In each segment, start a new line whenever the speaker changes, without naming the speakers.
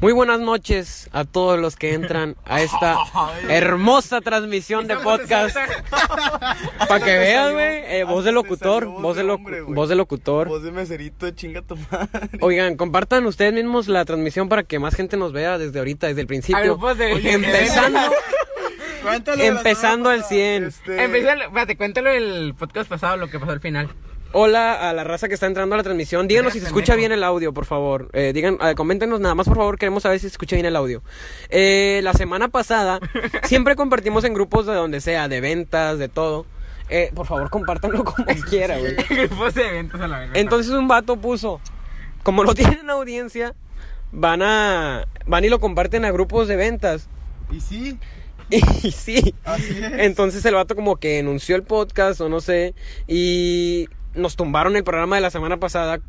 Muy buenas noches a todos los que entran a esta hermosa transmisión de podcast. Para que vean, güey, eh, voz de locutor, voz de, locu- voz de locutor.
Voz de meserito, chinga tu madre.
Oigan, compartan ustedes mismos la transmisión para que más gente nos vea desde ahorita, desde el
A
principio.
grupos de-
Empezando,
Cuéntalo.
empezando el 100.
Este,
Empieza, el- espérate, cuéntalo el podcast pasado, lo que pasó al final.
Hola a la raza que está entrando a la transmisión. Díganos si se escucha bien el audio, por favor. Eh, digan, eh, coméntenos nada más, por favor. Queremos saber si se escucha bien el audio. Eh, la semana pasada siempre compartimos en grupos de donde sea, de ventas, de todo. Eh, por favor, compártanlo como quiera, güey.
grupos de eventos a la verga.
Entonces un vato puso, como no tienen audiencia, van a, van y lo comparten a grupos de ventas.
Y sí,
Y sí.
así es.
Entonces el vato como que enunció el podcast o no sé y nos tumbaron el programa de la semana pasada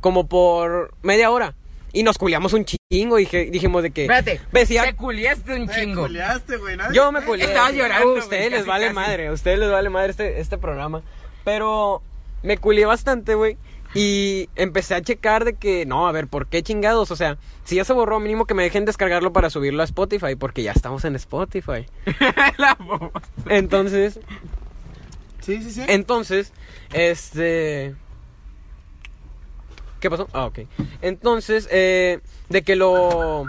como por media hora y nos culiamos un chingo y dije- dijimos de que
espérate,
decía-
te culiaste un
Te
chingo.
culeaste, güey. nadie-
yo me culié.
Estaba llorando,
A ustedes
güey,
les
casi,
vale
casi.
madre, a ustedes les vale madre este, este programa. Pero me culié bastante, güey. Y empecé a checar de que, no, a ver, ¿por qué chingados? O sea, si ya se borró, mínimo que me dejen descargarlo para subirlo a Spotify, porque ya estamos en Spotify.
La boba.
Entonces,
Sí, sí, sí.
entonces, este. ¿Qué pasó? Ah, ok. Entonces, eh, de que lo.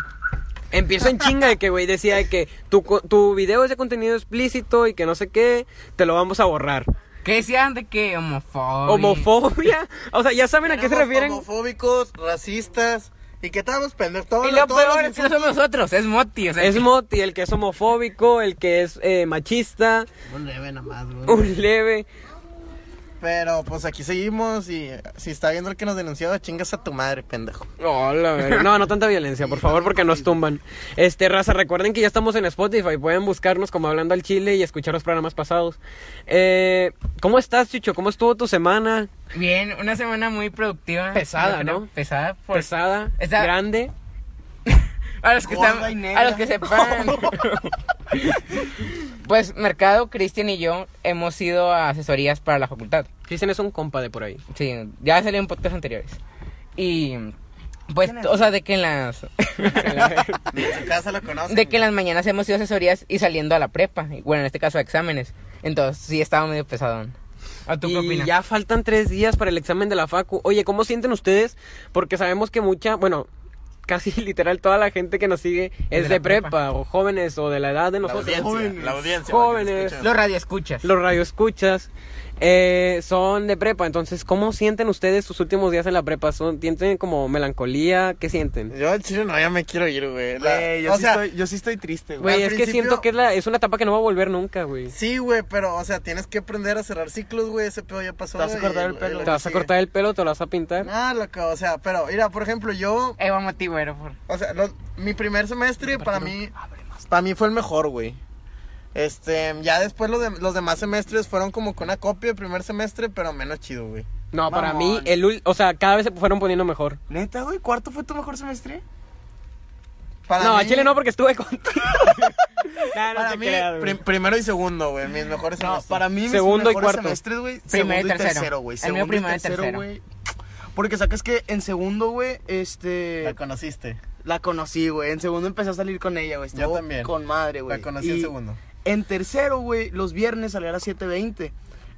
Empiezo en chinga de que, güey, decía de que tu, co- tu video es de contenido explícito y que no sé qué, te lo vamos a borrar.
¿Qué decían de que homofobia?
Homofobia. O sea, ya saben a qué se
Éramos
refieren.
Homofóbicos, racistas. Y que estábamos pendejos. Todos,
Y lo
todos los
peor es que no
insultos-
somos nosotros, es Moti, o sea,
Es Moti, el que es homofóbico, el que es eh, machista,
Un leve nada más, güey.
un leve.
Pero pues aquí seguimos y eh, si está viendo el que nos denunciaba, chingas a tu madre, pendejo.
Oh, la verga. No, no tanta violencia, por favor, porque nos tumban. Este, raza, recuerden que ya estamos en Spotify. Pueden buscarnos como Hablando al Chile y escuchar los programas pasados. Eh, ¿Cómo estás, Chicho? ¿Cómo estuvo tu semana?
bien, una semana muy productiva.
Pesada,
Yo creo,
¿no?
Pesada, por...
Pesada,
Esa-
grande.
A los que
Gorda y
están,
negra.
a los que sepan. pues Mercado, Cristian y yo hemos ido a asesorías para la facultad.
Cristian es un compa de por ahí.
Sí, ya salió en podcast anteriores. Y pues, o sea, de que en las
De su casa lo conocen.
de que en las mañanas hemos ido a asesorías y saliendo a la prepa, y bueno, en este caso a exámenes. Entonces, sí estaba medio pesadón. ¿A tú
y
qué opinas?
ya faltan tres días para el examen de la facu. Oye, ¿cómo sienten ustedes? Porque sabemos que mucha, bueno, casi literal toda la gente que nos sigue es
de
de,
la
prepa,
prepa.
o jóvenes o de la edad de
La
nosotros.
audiencia.
Jóvenes.
La audiencia.
Jóvenes.
güey, que nos
Los radioescuchas.
los radioescuchas eh, son de prepa. Entonces, ¿cómo sienten ustedes sus últimos días en la prepa? ¿Son, ¿Sienten como melancolía? ¿é sienten?
escuchan. Yo al chile no, ya me quiero ir, güey. La-
Güey, yo,
o
sí
sea,
estoy, yo sí estoy triste, güey.
Güey,
al
es que
principio-
siento que es, la- es una etapa que no va a volver nunca, güey.
Sí, güey, pero, o sea, tienes que aprender a cerrar ciclos, güey. Ese pedo ya pasó.
Te vas a
güey,
cortar el
y-
pelo.
y lo
¿Te
que
vas a
sigue.
cortar el pelo? ¿Te lo vas a pintar?
Ah, loco, o sea, pero, mira, por ejemplo, yo,
Eva Motivero, por
o sea, lo- mi primer semestre para mí, para mí fue el mejor, güey. Este, ya después los, de- los demás semestres fueron como que una copia del primer semestre, pero menos chido, güey.
No, para mí,
Mamón.
el ul- o sea, cada vez se fueron poniendo mejor.
Neta, güey, ¿cuarto fue tu mejor semestre?
Para
no,
mí,
a Chile no, porque estuve contigo. Nah, no
Para
te
mí,
creas, güey.
prim- primero y segundo, güey, mis mejores semestres.
para mí mis
Segundo y
mejores
cuarto.
semestres, güey,
Primero y
segundo
tercero.
güey.
El mío
Segundo
primero y
y tercero,
tercero.
güey. Porque sacas que en segundo, güey,
La
este...
conociste,
La conocí, güey. En segundo empecé a salir con ella, güey.
Yo
estuvo
también.
Con madre, güey.
la conocí en
Y
segundo.
En tercero, güey, los viernes salía a las 7.20.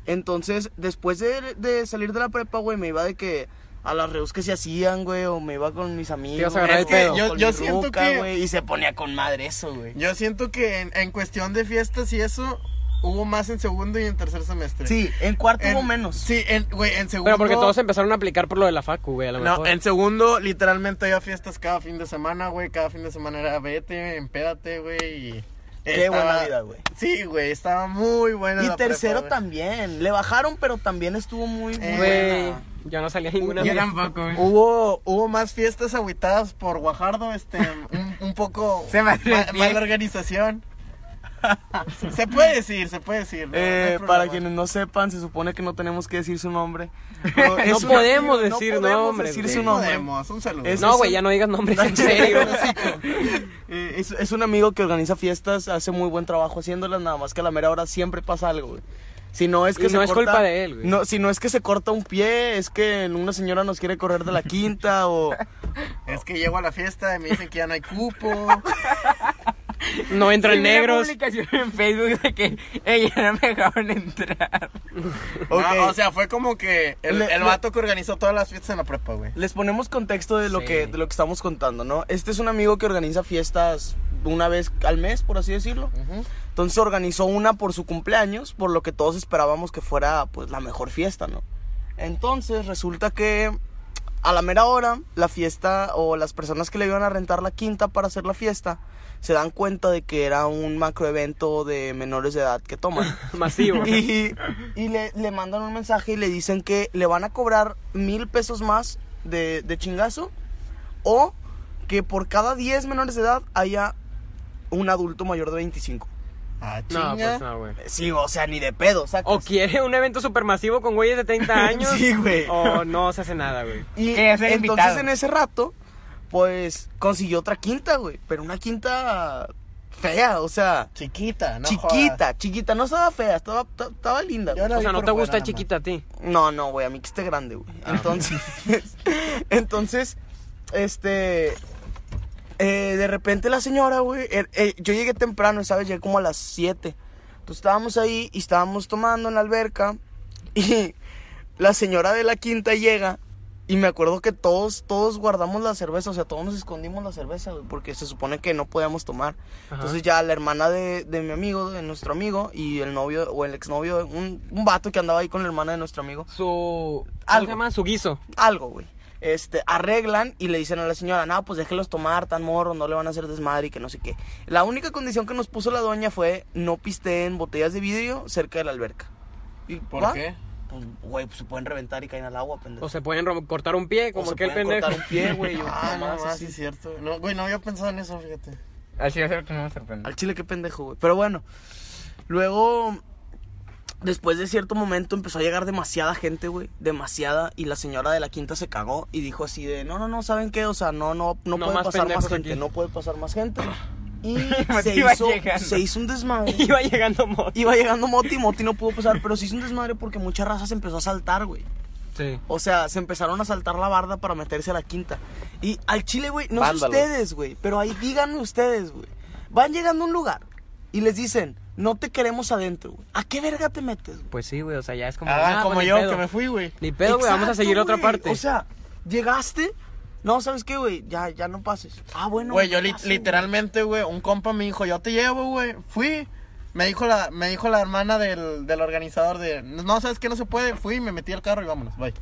Entonces, después de, de salir de la prepa, güey, me iba de que... A las reus que se hacían, güey, o me iba con mis amigos.
ibas a agarrar el
güey,
pedo.
Yo,
Con
yo
mi
siento
ruca,
que...
güey,
y se ponía con madre eso, güey.
Yo siento que en, en cuestión de fiestas y eso, hubo más en segundo y en tercer semestre.
Sí, en cuarto
En-
hubo menos.
Sí, en, güey, en segundo.
Pero porque todos empezaron a aplicar por lo de la facu, güey, a lo
No,
mejor.
en segundo, literalmente había fiestas cada fin de semana, güey. Cada fin de semana era vete, empédate, güey. Y
Qué
Estaba-
buena vida, güey.
Sí, güey, estaba muy buena.
Y
la prepa,
tercero
güey.
también. Le bajaron, pero también estuvo muy
Eh,
Güey,
buena.
yo no salía ninguna
Yo
vez.
tampoco, güey.
Hubo, hubo más fiestas agüitadas por Guajardo, este, un, un poco
Se me
ma-
arrepiente.
mala organización. se puede decir, se puede decir. no- no hay
Eh,
problema.
para quienes no sepan, se supone que no tenemos que decir su nombre. pero
No
un-
podemos decir
no podemos
nombres,
decir
güey.
su
Sí,
nombre.
podemos, un saludo.
Es-
No, güey, ya no digas nombres, en serio.
Eh, es, es un amigo que organiza fiestas, hace muy buen trabajo haciéndolas, nada más que a la mera hora siempre pasa algo, güey. Si no es que
Y
se
no es
corta-
culpa de él, güey.
No, si no es que se corta un pie, es que una señora nos quiere correr de la quinta o
Es que llego a la fiesta y me dicen que ya no hay cupo.
No entran
Sí, vi la
negros.
publicación en Facebook de que ella no me dejaron entrar.
No, o sea, fue como que el,
Le-
el
le-
vato que organizó todas las fiestas en la prepa, güey.
Les ponemos contexto de lo,
Sí.
que, de lo que estamos contando, ¿no? Este es un amigo que organiza fiestas una vez al mes, por así decirlo. Entonces organizó una por su cumpleaños, por lo que todos esperábamos que fuera pues la mejor fiesta, ¿no? Entonces resulta que a la mera hora la fiesta o las personas que le iban a rentar la quinta para hacer la fiesta se dan cuenta de que era un macroevento de menores de edad que toman.
Masivo.
Y, y le, le mandan un mensaje y le dicen que le van a cobrar mil pesos más de, de chingazo o que por cada 10 menores de edad haya un adulto mayor de 25.
Ah,
No,
chinga.
pues no, güey.
Sí, o sea, ni de pedo, sacas.
O quiere un evento supermasivo con güeyes de 30 años.
Sí, güey.
O no se hace nada, güey.
Y
Que sea
entonces
invitado.
en ese rato, pues consiguió otra quinta, güey. Pero una quinta fea, o sea,
Chiquita, no
chiquita, chiquita. No estaba fea, estaba, ta- estaba linda. güey.
Yo la
O sea,
vi
no
por
te
fuera
gusta
nomás.
chiquita a ti.
No, no, güey, a mí que esté grande, güey. Entonces, entonces, este, eh, de repente la señora, güey, eh, eh, yo llegué temprano, ¿sabes? Llegué como a las 7. Entonces estábamos ahí y estábamos tomando en la alberca y la señora de la quinta llega y me acuerdo que todos, todos guardamos la cerveza, o sea, todos nos escondimos la cerveza, güey, porque se supone que no podíamos tomar.
Ajá.
Entonces ya la hermana de, de mi amigo, de nuestro amigo, y el novio o el exnovio, un, un vato que andaba ahí con la hermana de nuestro amigo,
Su. ¿Cómo se
Algo.
llama? Su guiso.
algo, güey. Este, arreglan y le dicen a la señora, no, pues déjelos tomar, tan morro, no le van a hacer desmadre y que no sé qué. La única condición que nos puso la doña fue no pisteen botellas de vidrio cerca de la alberca. ¿Y
¿Por
va?
qué?
Pues, güey, pues se pueden reventar y caen al agua, pendejo.
O se pueden rom- cortar un pie,
O
como
se
aquel
pueden
pendejo.
cortar un pie, güey. o
Ah, no,
mamadas
más, sí
así.
es cierto. No, güey, no había pensado en eso, fíjate.
Así no sé cómo me sorprende.
Al chile, qué pendejo, güey. Pero bueno, luego, después de cierto momento, empezó a llegar demasiada gente, güey. Demasiada. Y la señora de la quinta se cagó y dijo así de: No, no, no, ¿saben qué? O sea, no, no, no,
No
puede
más
pasar más
pendejos
gente.
aquí.
No puede pasar más gente. Y
Mati
se,
iba
hizo,
llegando.
se hizo un desmadre.
Iba llegando Moti.
Iba llegando Moti, Moti no pudo pasar, pero se hizo un desmadre porque mucha raza se empezó a saltar, güey.
Sí.
O sea, se empezaron a saltar la barda para meterse a la quinta. Y al chile, güey, no
Vándalos.
sé ustedes, güey, pero ahí díganme ustedes, güey. Van llegando a un lugar y les dicen, no te queremos adentro, güey. ¿A qué verga te metes, güey?
Pues sí, güey. O sea, ya es como.
Ah,
pues,
como
ni
yo,
pedo.
que me fui, güey.
Ni pedo, güey. Vamos a
Exacto,
seguir otra
güey.
parte.
O sea, llegaste, no, ¿sabes qué, güey? Ya, ya no pases. Ah, bueno.
Güey,
no
yo li-
pases,
literalmente, güey, un compa me dijo, yo te llevo, güey. Fui. Me dijo la, me dijo la hermana del, del organizador de, no, ¿sabes qué? No se puede. Fui, me metí al carro y vámonos, bye.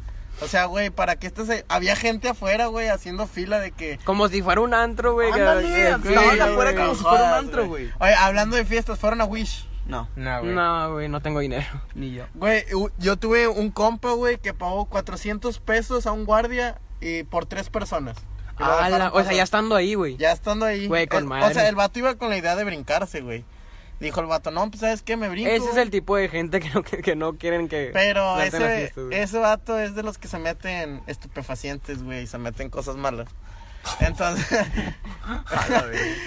O sea, güey, para que este se... Había gente afuera, güey, haciendo fila de que...
Como si fuera un antro, güey. que-
Ándale,
que-
estaban
sí,
afuera
güey.
como si fuera un
Jodas,
antro, güey.
Oye, hablando de fiestas, fueron a Wish.
güey. No,
No, güey.
No, güey, no tengo dinero.
ni yo.
Güey, u- yo tuve un compa, güey, que pagó 400 pesos a un guardia y por tres personas. Y lo
Ah,
dejaron
la- o sea,
pasar.
ya estando ahí, güey.
Ya estando ahí.
Güey, con
el-
madre.
O sea, el vato iba con la idea de brincarse, güey. Dijo el vato, no, pues, ¿sabes qué? Me brinco.
Ese es el tipo de gente que no, que, que no quieren que.
Pero
salten las
ese,
fiestas, güey.
ese vato es de los que se meten estupefacientes, güey, y se meten cosas malas. Entonces,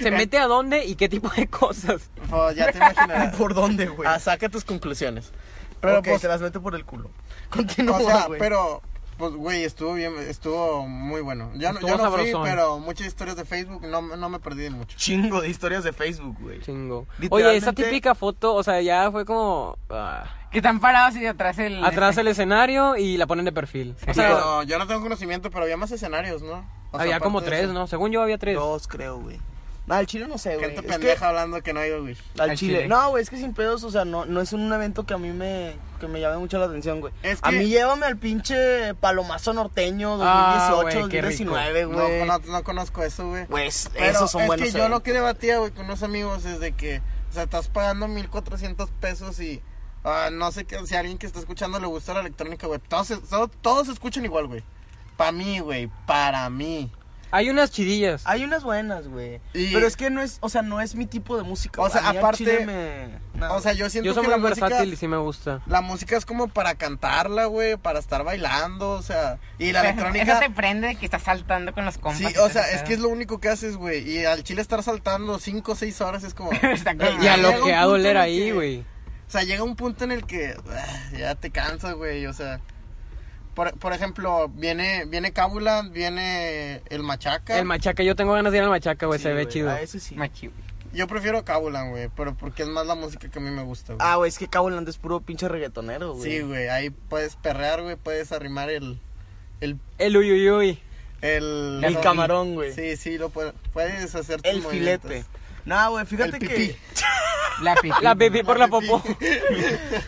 ¿Se mete a dónde y qué tipo de cosas?
pues ya te imaginarás.
¿Por dónde, güey?
Ah, saca tus conclusiones.
pero
Pero pues,
se las mete por el culo.
o
Continúa,
sea,
güey.
pero pues güey, estuvo bien, estuvo muy bueno. Yo, no- yo
Estuvo
no fui,
sabrosón.
pero muchas historias de Facebook no, no me perdí de mucho.
Chingo de historias de Facebook, güey.
Chingo. Oye,
Literalmente-
esa típica foto, o sea, ya fue como. ah,
Que están parados y atrás el.
atrás el escenario y la ponen de perfil. O sea,
Digo, yo no tengo conocimiento, pero había más escenarios, ¿no? O sea,
había como
aparte de
tres,
eso,
¿no? Según yo había tres.
Dos, creo, güey. Nada, al chile no sé, güey.
Gente
Es
pendeja hablando que no ha ido, güey.
que- al
Al
chile.
chile.
No, güey, es que sin pedos, o sea, no, no es un evento que a mí me, que me llame mucho la atención, güey.
Es
A
que-
mí llévame al pinche palomazo norteño 2018,
Ah, güey, qué
2019,
No,
güey.
no, no conozco eso, güey.
Pues
Pero
esos son
es
buenos
que yo lo
eventos.
que debatía, güey, con unos amigos es de que sea, estás pagando 1400 pesos y ah, no sé qué, si a alguien que está escuchando le gusta la electrónica, güey. Todos, se- todos, todos se escuchan igual, güey. Para mí, güey, para mí.
Hay unas chidillas.
Hay unas buenas, güey.
Y-
Pero es que no es, o sea, no es mi tipo de música.
O
güey.
sea,
A mí al
aparte-
chile me- no.
O sea, yo siento
Yo soy
que la
muy
música,
versátil y sí me gusta.
la música es como para cantarla, güey, para estar bailando, o sea, y la
Eso
electrónica
te prende de que estás saltando con los compas.
Sí, o sea, es que es lo único que haces, güey. Y al chile estar saltando 5 o 6 horas es como. o
Está con-
Y a
llega
lo
Ah, un
que va a
punto
doler
en el
ahí,
que-
güey.
sea, llega un punto en el que ah, ya te cansas, güey. O sea, por, por ejemplo, viene viene Cábula, viene el Machaca.
El machaca, yo tengo ganas de ir al machaca, güey, Pues,
Sí,
se ve
güey,
chido.
a ese sí.
Machi, güey.
Yo prefiero Cábula, güey, pero porque es más la música que a mí me gusta, güey.
Ah, güey, es que Cabo Land es puro pinche reggaetonero, güey.
sí, güey, ahí puedes perrear, güey, puedes arrimar el. El.
El uyuyuy.
El,
El camarón, güey.
Sí, sí, lo puedes, puedes hacer. tus
El
movimientos.
filete. No, güey,
El
fíjate que.
pipí.
La pipí.
La bebé por la popó.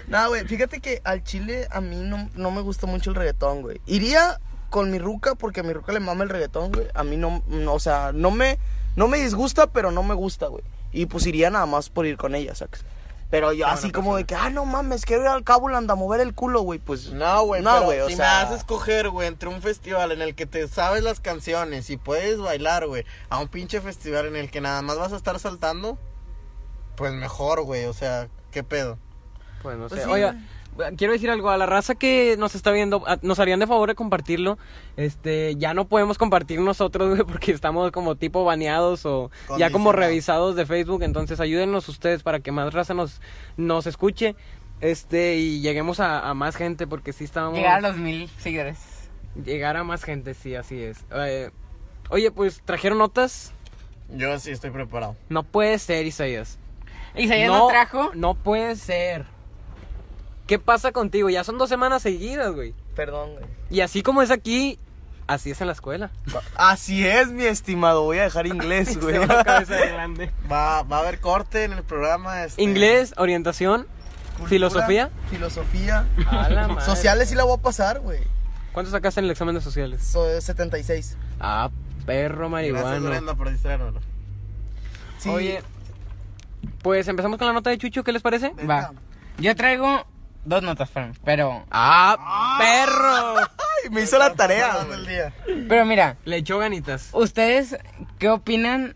No, güey, fíjate que al chile a mí no, no me gusta mucho el reggaetón, güey. Iría con mi ruca porque a mi ruca le mama el reggaetón, güey. A mí no, no, o sea, no me, no me disgusta, pero no me gusta, güey. Y pues iría nada más por ir con ella, ¿sabes? Pero yo así como de que, ah, no mames, quiero ir al Cabuland a mover el culo, güey. Pues
No, güey,
no,
pero
güey, o
si
sea-
me haces coger, güey, entre un festival en el que te sabes las canciones y puedes bailar, güey, a un pinche festival en el que nada más vas a estar saltando, pues mejor, güey, o sea, ¿qué pedo?
Pues no sé.
Pues sí,
Oiga, quiero decir algo. A la raza que nos está viendo, a- nos harían de favor de compartirlo. Este, ya no podemos compartir nosotros, güey, porque estamos como tipo baneados o ya como
Condicionado.
revisados de Facebook. Entonces, ayúdenos ustedes para que más raza nos, nos escuche. Este, y lleguemos a, a más gente, porque sí estábamos.
Llegar a los mil seguidores.
Llegar a más gente, sí, así es. Eh, oye, pues trajeron notas.
Yo sí estoy preparado.
No puede ser, Isaías.
Y si no, no trajo,
No puede ser. ¿Qué pasa contigo? Ya son dos semanas seguidas, güey.
perdón, güey.
Y así como es aquí, así es en la escuela.
Así es, mi estimado. Voy a dejar inglés, güey.
Va, va a haber corte en el programa. este,
Inglés, orientación.
Cultura,
Filosofía.
Filosofía.
A la madre.
Sociales sí la voy a pasar, güey.
¿Cuánto sacaste en el examen de sociales?
So- 76.
Ah, perro
Gracias,
marihuana.
Brenda, por distraerme.
Sí.
Oye, pues empezamos con la nota de Chucho, ¿qué les parece?
va. Yo traigo dos notas, para mí, pero.
Ah, perro.
Ay, me hizo la tarea.
Todo el día.
Pero mira,
Le echó ganitas.
¿ustedes qué opinan?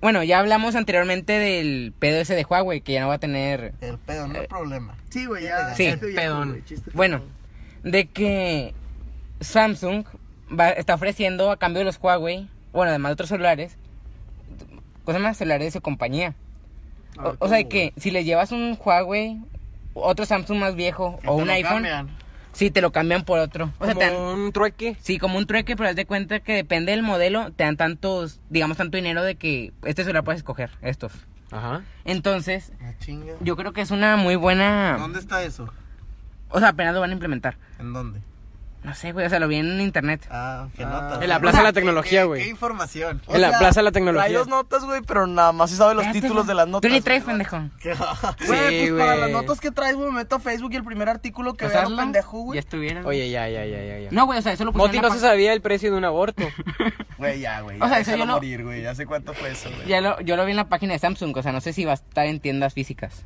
Bueno, ya hablamos anteriormente del pedo ese de Huawei, que ya no va a tener.
El pedo, no el problema.
Eh, Sí, güey,
ya-
Sí,
pedón.
Bueno, de que Samsung va- está ofreciendo a cambio de los Huawei, bueno, además de otros celulares, cosas más celulares de su compañía.
A ver,
O, o sea,
¿cómo,
que si le llevas un Huawei, otro Samsung más viejo
Que
o
te
un
lo
iPhone,
cambian.
sí, te lo cambian por otro. O sea, te dan-
Como un trueque.
Sí, como un trueque, pero haz de cuenta que depende del modelo, te dan tantos, digamos, tanto dinero de que este celular puedes escoger, estos.
Ajá.
Entonces,
Ah, chinga.
yo creo que es una muy buena...
¿Dónde está eso?
O sea, apenas lo van a implementar.
¿En dónde?
No sé, güey, o sea, lo vi en internet.
Ah, qué nota.
En la Plaza de la Tecnología,
Qué-
güey.
Qué información.
En la Plaza de la Tecnología.
Trae dos notas, güey, pero nada más se sabe los
Espérate,
títulos
güey.
de las notas.
Tú ni
güey.
traes, pendejo.
Qué-
Güey, pues para las
güey.
notas que traes, güey, me meto a Facebook y el primer artículo que
O
vea
sea,
lo pendejo, güey.
Ya estuviera.
Oye, ya, ya, ya, ya, ya.
No, güey, o sea, eso lo pusieron
Moti
en la
no se
pa-
sabía el precio de un aborto.
Güey, ya, güey.
O sea,
ya
eso
déjalo
yo no-
morir, güey. Ya sé cuánto fue eso, güey.
Ya lo, yo lo vi en la página de Samsung, o sea, no sé si va a estar en tiendas físicas.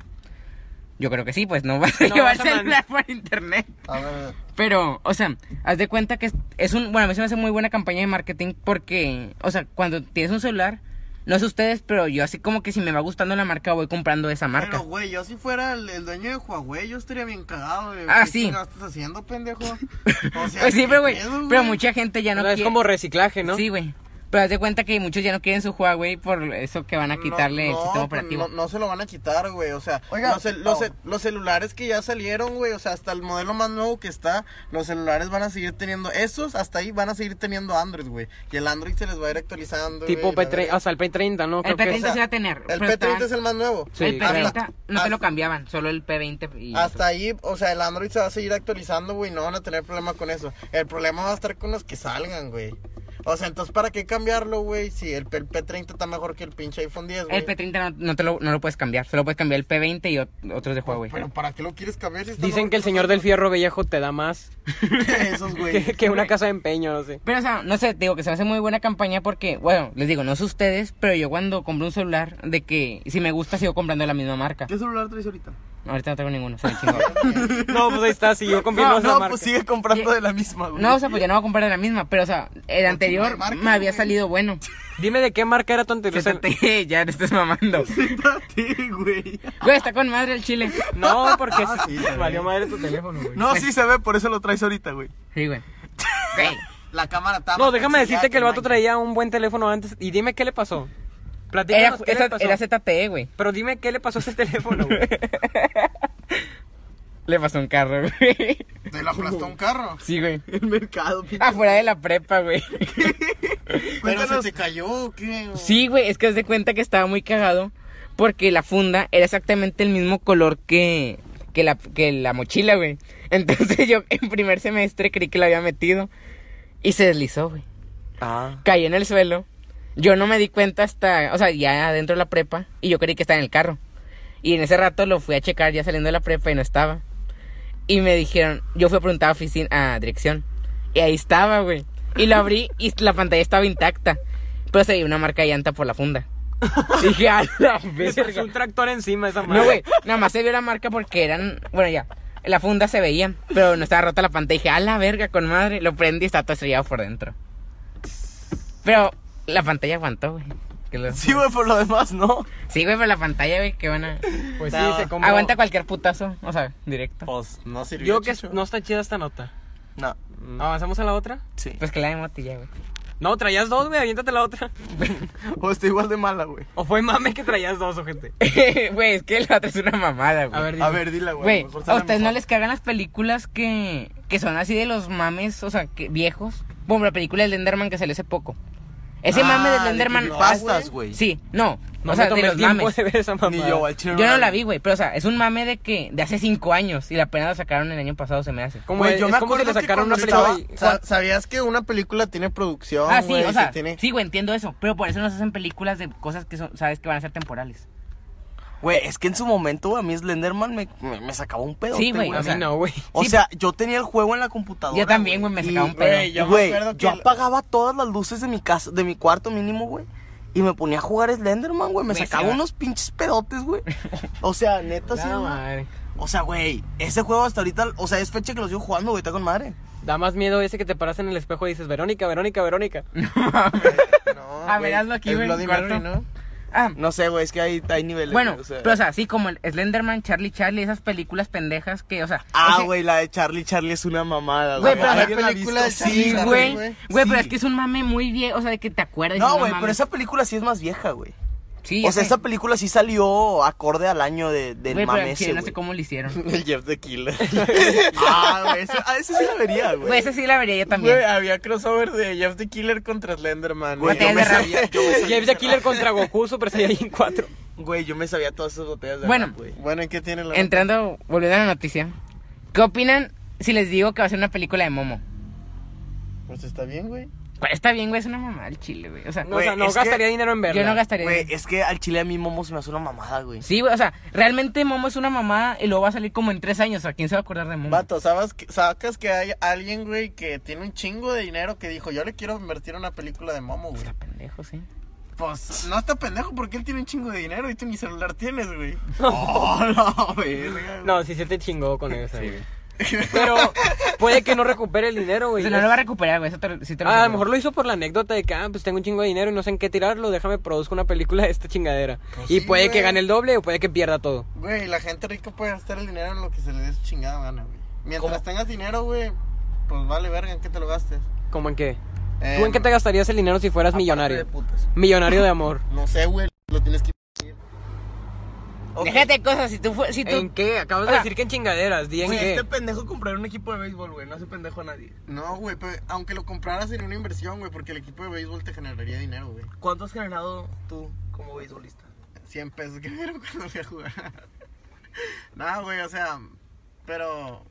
Yo creo que sí, pues no vas a
No
llevar
vas a man-
celular por internet.
A ver,
Pero, o sea, haz de cuenta que es, es un. Bueno, a mí se me hace muy buena campaña de marketing porque, o sea, cuando tienes un celular, no sé ustedes, pero yo así como que si me va gustando la marca, voy comprando esa marca.
Pero, güey, yo si fuera el, el dueño de Huawei, yo estaría bien cagado, güey.
Ah,
¿Qué
sí.
chingados estás haciendo, pendejo? O
Pues sí,
¿qué
pero, güey.
pedo,
Pero mucha gente ya no
O sea, es
quiere-
como reciclaje, ¿no?
Sí, güey. Pero haz de cuenta que muchos ya no quieren su Huawei por eso que van a
No,
quitarle el
no,
sistema
pues,
operativo.
No, no se lo van a quitar, güey. O sea,
Oiga,
los, cel- los
no.
cel- los celulares que ya salieron, güey. O sea, hasta el modelo más nuevo que está, los celulares van a seguir teniendo. Esos, hasta ahí van a seguir teniendo Android, güey. Y el Android se les va a ir actualizando.
Tipo
güey, la
P30,
verga.
o sea, el P30, ¿no?
el
Creo que
P30
es-
o sea,
se va a tener.
El
pero
P30
está-
es el más nuevo.
Sí,
el
claro.
P30 no te
hasta-
lo cambiaban, solo el P20. Y
Hasta ahí, o sea, el Android se va a seguir actualizando, güey, no van a tener problema con eso. El problema va a estar con los que salgan, güey. O sea, entonces, ¿para qué cambiarlo, güey? Si el, P- el P30 está mejor que el pinche iPhone 10, güey.
El P30 no, no te lo, no lo puedes cambiar. Solo puedes cambiar el P20 y ot- otros de Huawei.
Pero ¿para qué lo quieres cambiar si está
Dicen
mejor
que el señor del fierro viejo te da más
Esos, güey.
que, que una casa de empeño, no sé.
Pero, o sea, no sé, te digo que se me hace muy buena campaña porque, bueno, les digo, no sé ustedes, pero yo cuando compro un celular, de que si me gusta sigo comprando la misma marca.
¿Qué celular traes ahorita?
Ahorita no tengo ninguno, se me chingó.
No, pues ahí está, si yo confío en esa
no,
marca.
pues sigue comprando de la misma, güey.
No, o sea, pues ya no voy a comprar la misma, pero, o sea, el anterior
hay marca,
me había
güey.
salido bueno.
Dime de qué marca era tu anterior. cel-
Siéntate, ya te estás mamando.
Quítate, güey.
Güey, está con madre el chile.
No, porque sí,
también.
valió madre tu teléfono, güey.
No, sí se ve, por eso lo traes ahorita, güey.
Sí, güey. Güey,
La cámara está.
No,
más
déjame
sencilla
decirte que el vato
Mike.
traía un buen teléfono antes. Y dime qué le pasó.
Era,
Platícanos qué
era-
le pasó.
era ZTE, güey.
Pero dime qué le pasó a ese teléfono, güey.
Le pasó un carro, güey.
Se le aplastó un carro.
Sí, güey.
El mercado, pinche.
Afuera de la prepa, güey.
Pero se
Cuéntanos.
te cayó, ¿o ¿qué? güey?
Sí, güey, es que haz de cuenta que estaba muy cagado porque la funda era exactamente el mismo color que, que, la, que la mochila, güey. Entonces yo en primer semestre creí que la había metido y se deslizó, güey.
Ah.
Cayó en el suelo. Yo no me di cuenta hasta, o sea, ya adentro de la prepa y yo creí que estaba en el carro. Y en ese rato lo fui a checar ya saliendo de la prepa y no estaba. Y me dijeron, yo fui a preguntar a oficina, a dirección. Y ahí estaba, güey. Y lo abrí y la pantalla estaba intacta. Pero se veía una marca de llanta por la funda. Dije, a la
Le
verga.
pasó un tractor encima a esa madre.
No, güey, nada más se vio la marca porque eran, bueno, ya, la funda se veía, pero no estaba rota la pantalla. Dije, a la verga, con madre, lo prendí y está todo estrellado por dentro. Pero la pantalla aguantó, güey. Que lo-
Sí, güey, por lo demás, no.
Sí, güey, pero la pantalla, güey, que van a...
Pues sí,
Estaba-
se compró.
Aguanta cualquier putazo, o sea, directo.
Pues,
No
Yo
sirvió.
creo que
chicho.
no está chida esta nota.
no.
¿Avanzamos a la otra?
Sí.
Pues que la de Moti ya, güey.
No, traías dos, güey, aviéntate la otra.
O está igual de mala, güey.
O fue mame que traías dos, ojete.
Güey, es que la otra es una mamada, güey.
A ver,
A
dime.
ver, dila, güey.
Güey,
mejor
¿a
sale
ustedes no
mejor.
les cagan las películas que, que son así de los mames, o sea, que viejos? Bueno, la película de Slenderman que salió hace poco. Ese mame de
Ah,
Slenderman...
creepypastas, güey.
Sí, no.
No
o sea,
me tomé
de los
el tiempo
mames.
de ver esa mamada.
Ni yo, al chile.
Yo no la vi, güey, pero o sea, es un mame de que de hace cinco años y la pena la sacaron el año pasado, se me hace.
Como
Güey,
es,
yo me
es como si le
acuerdo que
sacaron una
cuando
película
estaba-
y-
Sa- ¿Sabías que una película tiene producción?
Ah, sí,
güey,
o
se
sea,
tiene-
sí, güey, entiendo eso, pero por eso no se hacen películas de cosas que son, sabes que van a ser temporales.
Güey, es que en su momento, güey, a mí Slenderman me, me, me sacaba un pedo.
Sí, güey,
A
o sea,
mí no, güey.
O
Sí.
sea, yo tenía el juego en la computadora.
yo también, güey, me
y,
sacaba un pedo.
güey, yo me
Güey,
acuerdo que
yo
el-
apagaba todas las luces de mi casa, de mi cuarto mínimo, güey. Y me ponía a jugar Slenderman, güey. Me
Güey,
sacaba
sí, va.
unos pinches pedotes, güey. O sea, neta, sí.
No,
güey.
madre.
O sea, güey, ese juego hasta ahorita, o sea, es fecha que lo sigo jugando, güey, está con madre.
Da más miedo ese que te paras en el espejo y dices, Verónica, Verónica, Verónica.
No,
A
güey,
ver, hazlo aquí,
el
güey, en
Bloody
cuarto.
Mary, ¿no?
Ah,
No sé, güey, es que hay, hay niveles.
bueno,
güey, o sea.
pero o sea, sí, como el Slenderman, Charlie Charlie, esas películas pendejas que, o sea...
Ah,
ese-
güey, la de Charlie Charlie es una mamada,
Güey,
güey.
pero la
¿Alguien ha
película
visto?
de
Sí,
Charlie Charlie,
güey.
Güey,
güey.
güey,
Sí.
pero es que es un mame muy viejo, o sea, de que te acuerdes.
No,
y
güey, pero
mames.
esa película sí es más vieja, güey.
Sí,
O
ya
sea,
sé.
esa película sí salió acorde al año de,
Güey,
del
pero
mame
al
ese,
chile no
güey.
sé cómo lo hicieron.
El Jeff the Killer. ah, güey, ese, a ese sí la vería, güey.
Güey, esa sí la vería yo también.
Güey, había crossover de Jeff the Killer contra Slenderman.
Güey,
Batallas
yo me
de rap.
sabía, yo me sabía,
Jeff the Killer contra Goku, Super Saiyajin 4.
güey, yo me sabía todas esas botellas de
Bueno.
rap, güey.
Bueno, ¿en qué tiene la...
Entrando, volviendo a la noticia. ¿Qué opinan si les digo que va a ser una película de Momo?
Pues está bien, güey.
Pues está bien, güey, es una mamada el chile, güey. O sea,
No,
Güey,
o sea, no
es que-
gastaría dinero en verla.
yo no gastaría.
Güey, es que al chile a mí Momo se me hace una mamada, güey.
Sí, güey, o sea, realmente Momo es una mamada y luego va a salir como en tres años. O sea, ¿quién se va a acordar de Momo?
Vato, ¿sabes que- sacas que hay alguien, güey, que tiene un chingo de dinero que dijo, yo le quiero invertir en una película de Momo, güey.
Está pendejo, sí.
Pues no está pendejo porque él tiene un chingo de dinero y tú ni celular tienes, güey.
Oh, no, verga.
No, sí se te chingó con eso, güey. Pero puede que no recupere el dinero,
O
güey.
sea, no lo va a recuperar, güey. Eso te, lo- sí te lo
Ah, a lo
aseguro.
mejor lo hizo por la anécdota de que, ah, pues tengo un chingo de dinero y no sé en qué tirarlo, déjame produzco una película de esta chingadera.
Pues
y
sí,
puede que
güey.
gane el doble o puede que pierda todo.
Güey, la gente rica puede gastar el dinero en lo que se le dé su chingada gana, güey. Mientras
¿Cómo?
tengas dinero, güey, pues vale verga en qué te lo gastes.
¿Cómo en qué?
Eh,
¿Tú en qué te gastarías el dinero si fueras
Aparte de
millonario?
putas.
Millonario de amor.
No sé, güey, lo tienes que...
Ok,
Déjate cosas, si tú, fue- si tú
¿En qué? Acabas de
Ah.
decir que en chingaderas, di en
güey,
qué.
este pendejo comprará un equipo de béisbol, güey. No hace pendejo a nadie.
No, güey, pero aunque lo compraras sería una inversión, güey, porque el equipo de béisbol te generaría dinero, güey.
¿Cuánto has generado tú como beisbolista?
100 pesos que me dieron cuando fui a jugar. Nada, güey, o sea, pero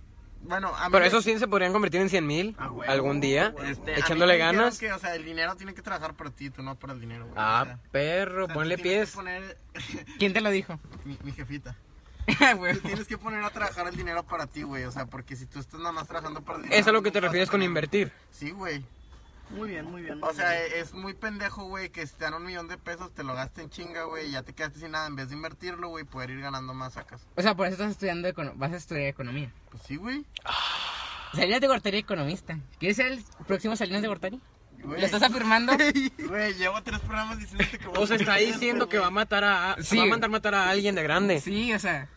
Bueno, a mí
Pero
me-
esos 100 se podrían convertir en 100 mil
Ah, güey.
algún día,
Este, a mí
echándole
me dijeron
ganas.
que, o sea, el dinero tiene que trabajar por ti, tú no por el dinero, güey. o sea,
Ah,
o
perro,
sea, tú
ponle
tienes que
pies.
poner-
¿Quién te lo dijo?
mi, mi jefita.
Ah,
Huevo.
Tú tienes que poner a trabajar el dinero para ti, güey. O sea, porque si tú estás nada más trabajando para el dinero.
Eso es lo que te
nunca vas a
refieres con
tener-
invertir.
Sí, güey.
Muy bien, muy bien.
O sea, e- es muy pendejo, güey, que si te dan un millón de pesos, te lo gasten chinga, güey, y ya te quedaste sin nada. En vez de invertirlo, güey, poder ir ganando más sacas.
O sea, por eso estás estudiando, econo- vas a estudiar economía.
Pues sí, güey.
Salinas de Gortari, economista. ¿Quieres ser el próximo Salinas de Gortari?
Güey.
¿Lo estás afirmando?
Güey, llevo tres programas diciéndote que... voy
O sea,
a
está
hacer
diciendo
esto,
que va a matar a,
Sí.
va a mandar matar a alguien de grande.
Sí, o sea.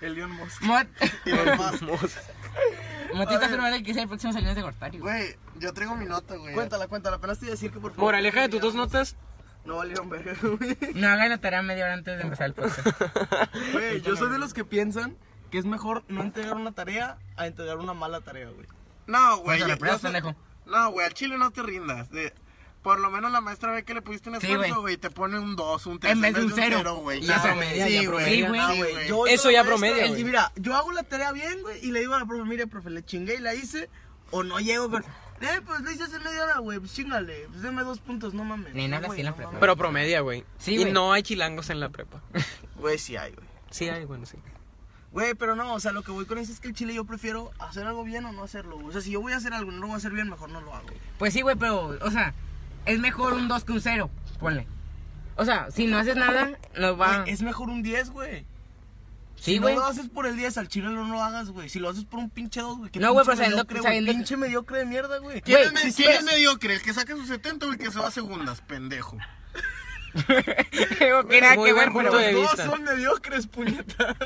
güey. El Leon Musk.
Mot,
Elon Musk.
Moti está afirmando que quiere ser el próximo Salinas de Gortari. güey.
Güey, yo traigo mi nota, güey.
Cuéntala, cuéntala. Apenas te iba a decir que por favor.
Moraleja de tus dos notas.
No valieron verga, güey.
No hagan la tarea media hora antes de empezar el podcast.
Güey, yo soy de los que piensan que es mejor no entregar una tarea a entregar una mala tarea, güey.
No, güey.
Pues, a la
yo-
prueba,
yo sé-
pendejo.
No, güey, al chile no te rindas. De- Por lo menos la maestra ve que le pusiste un
Sí,
esfuerzo,
güey.
güey, te pone un 2, un 3,
En vez de un cero.
güey.
Y ya
güey.
promedia,
Sí,
ya
güey.
promedia.
Sí,
Ah,
güey.
Yo
Eso
soy
ya
la maestra,
promedia,
el-
güey.
Mira, yo hago la tarea bien, güey, y le digo a la profe, mire, profe, le chingué y la hice, o no llego con... Eh, pues le hice hace media hora, güey, pues chingale, pues deme dos puntos, no mames.
Ni nada así
No, güey,
en la
no
prepa.
mames.
Pero promedia, güey.
Sí,
y
güey.
no hay chilangos en la prepa.
Güey, sí hay, güey.
Sí hay, bueno, sí.
Güey, pero no, o sea, lo que voy con eso es que el chile yo prefiero hacer algo bien o no hacerlo, güey. O sea, si yo voy a hacer algo y no lo voy a hacer bien, mejor no lo hago.
Pues sí, güey, pero, o sea, es mejor un 2 que un 0. Ponle. O sea, si no haces nada, nos va.
Güey, es mejor un 10, güey.
Ah. Sí,
si
güey.
no lo haces por el 10, al chile no lo hagas, güey. Si lo haces por un pinche 2, güey. qué
No, güey,
pinche
pero sabiendo-
mediocre, güey,
sabiendo que-
Pinche mediocre de mierda, güey.
¿Quién
Güey,
es, me-
si
quién es
esperas-
mediocre? El que saca sus 70 o el que se va a segundas, pendejo.
Digo que nada
Muy
que
buen
ver, pero-
punto de
Los dos
vista.
son mediocres, puñetas.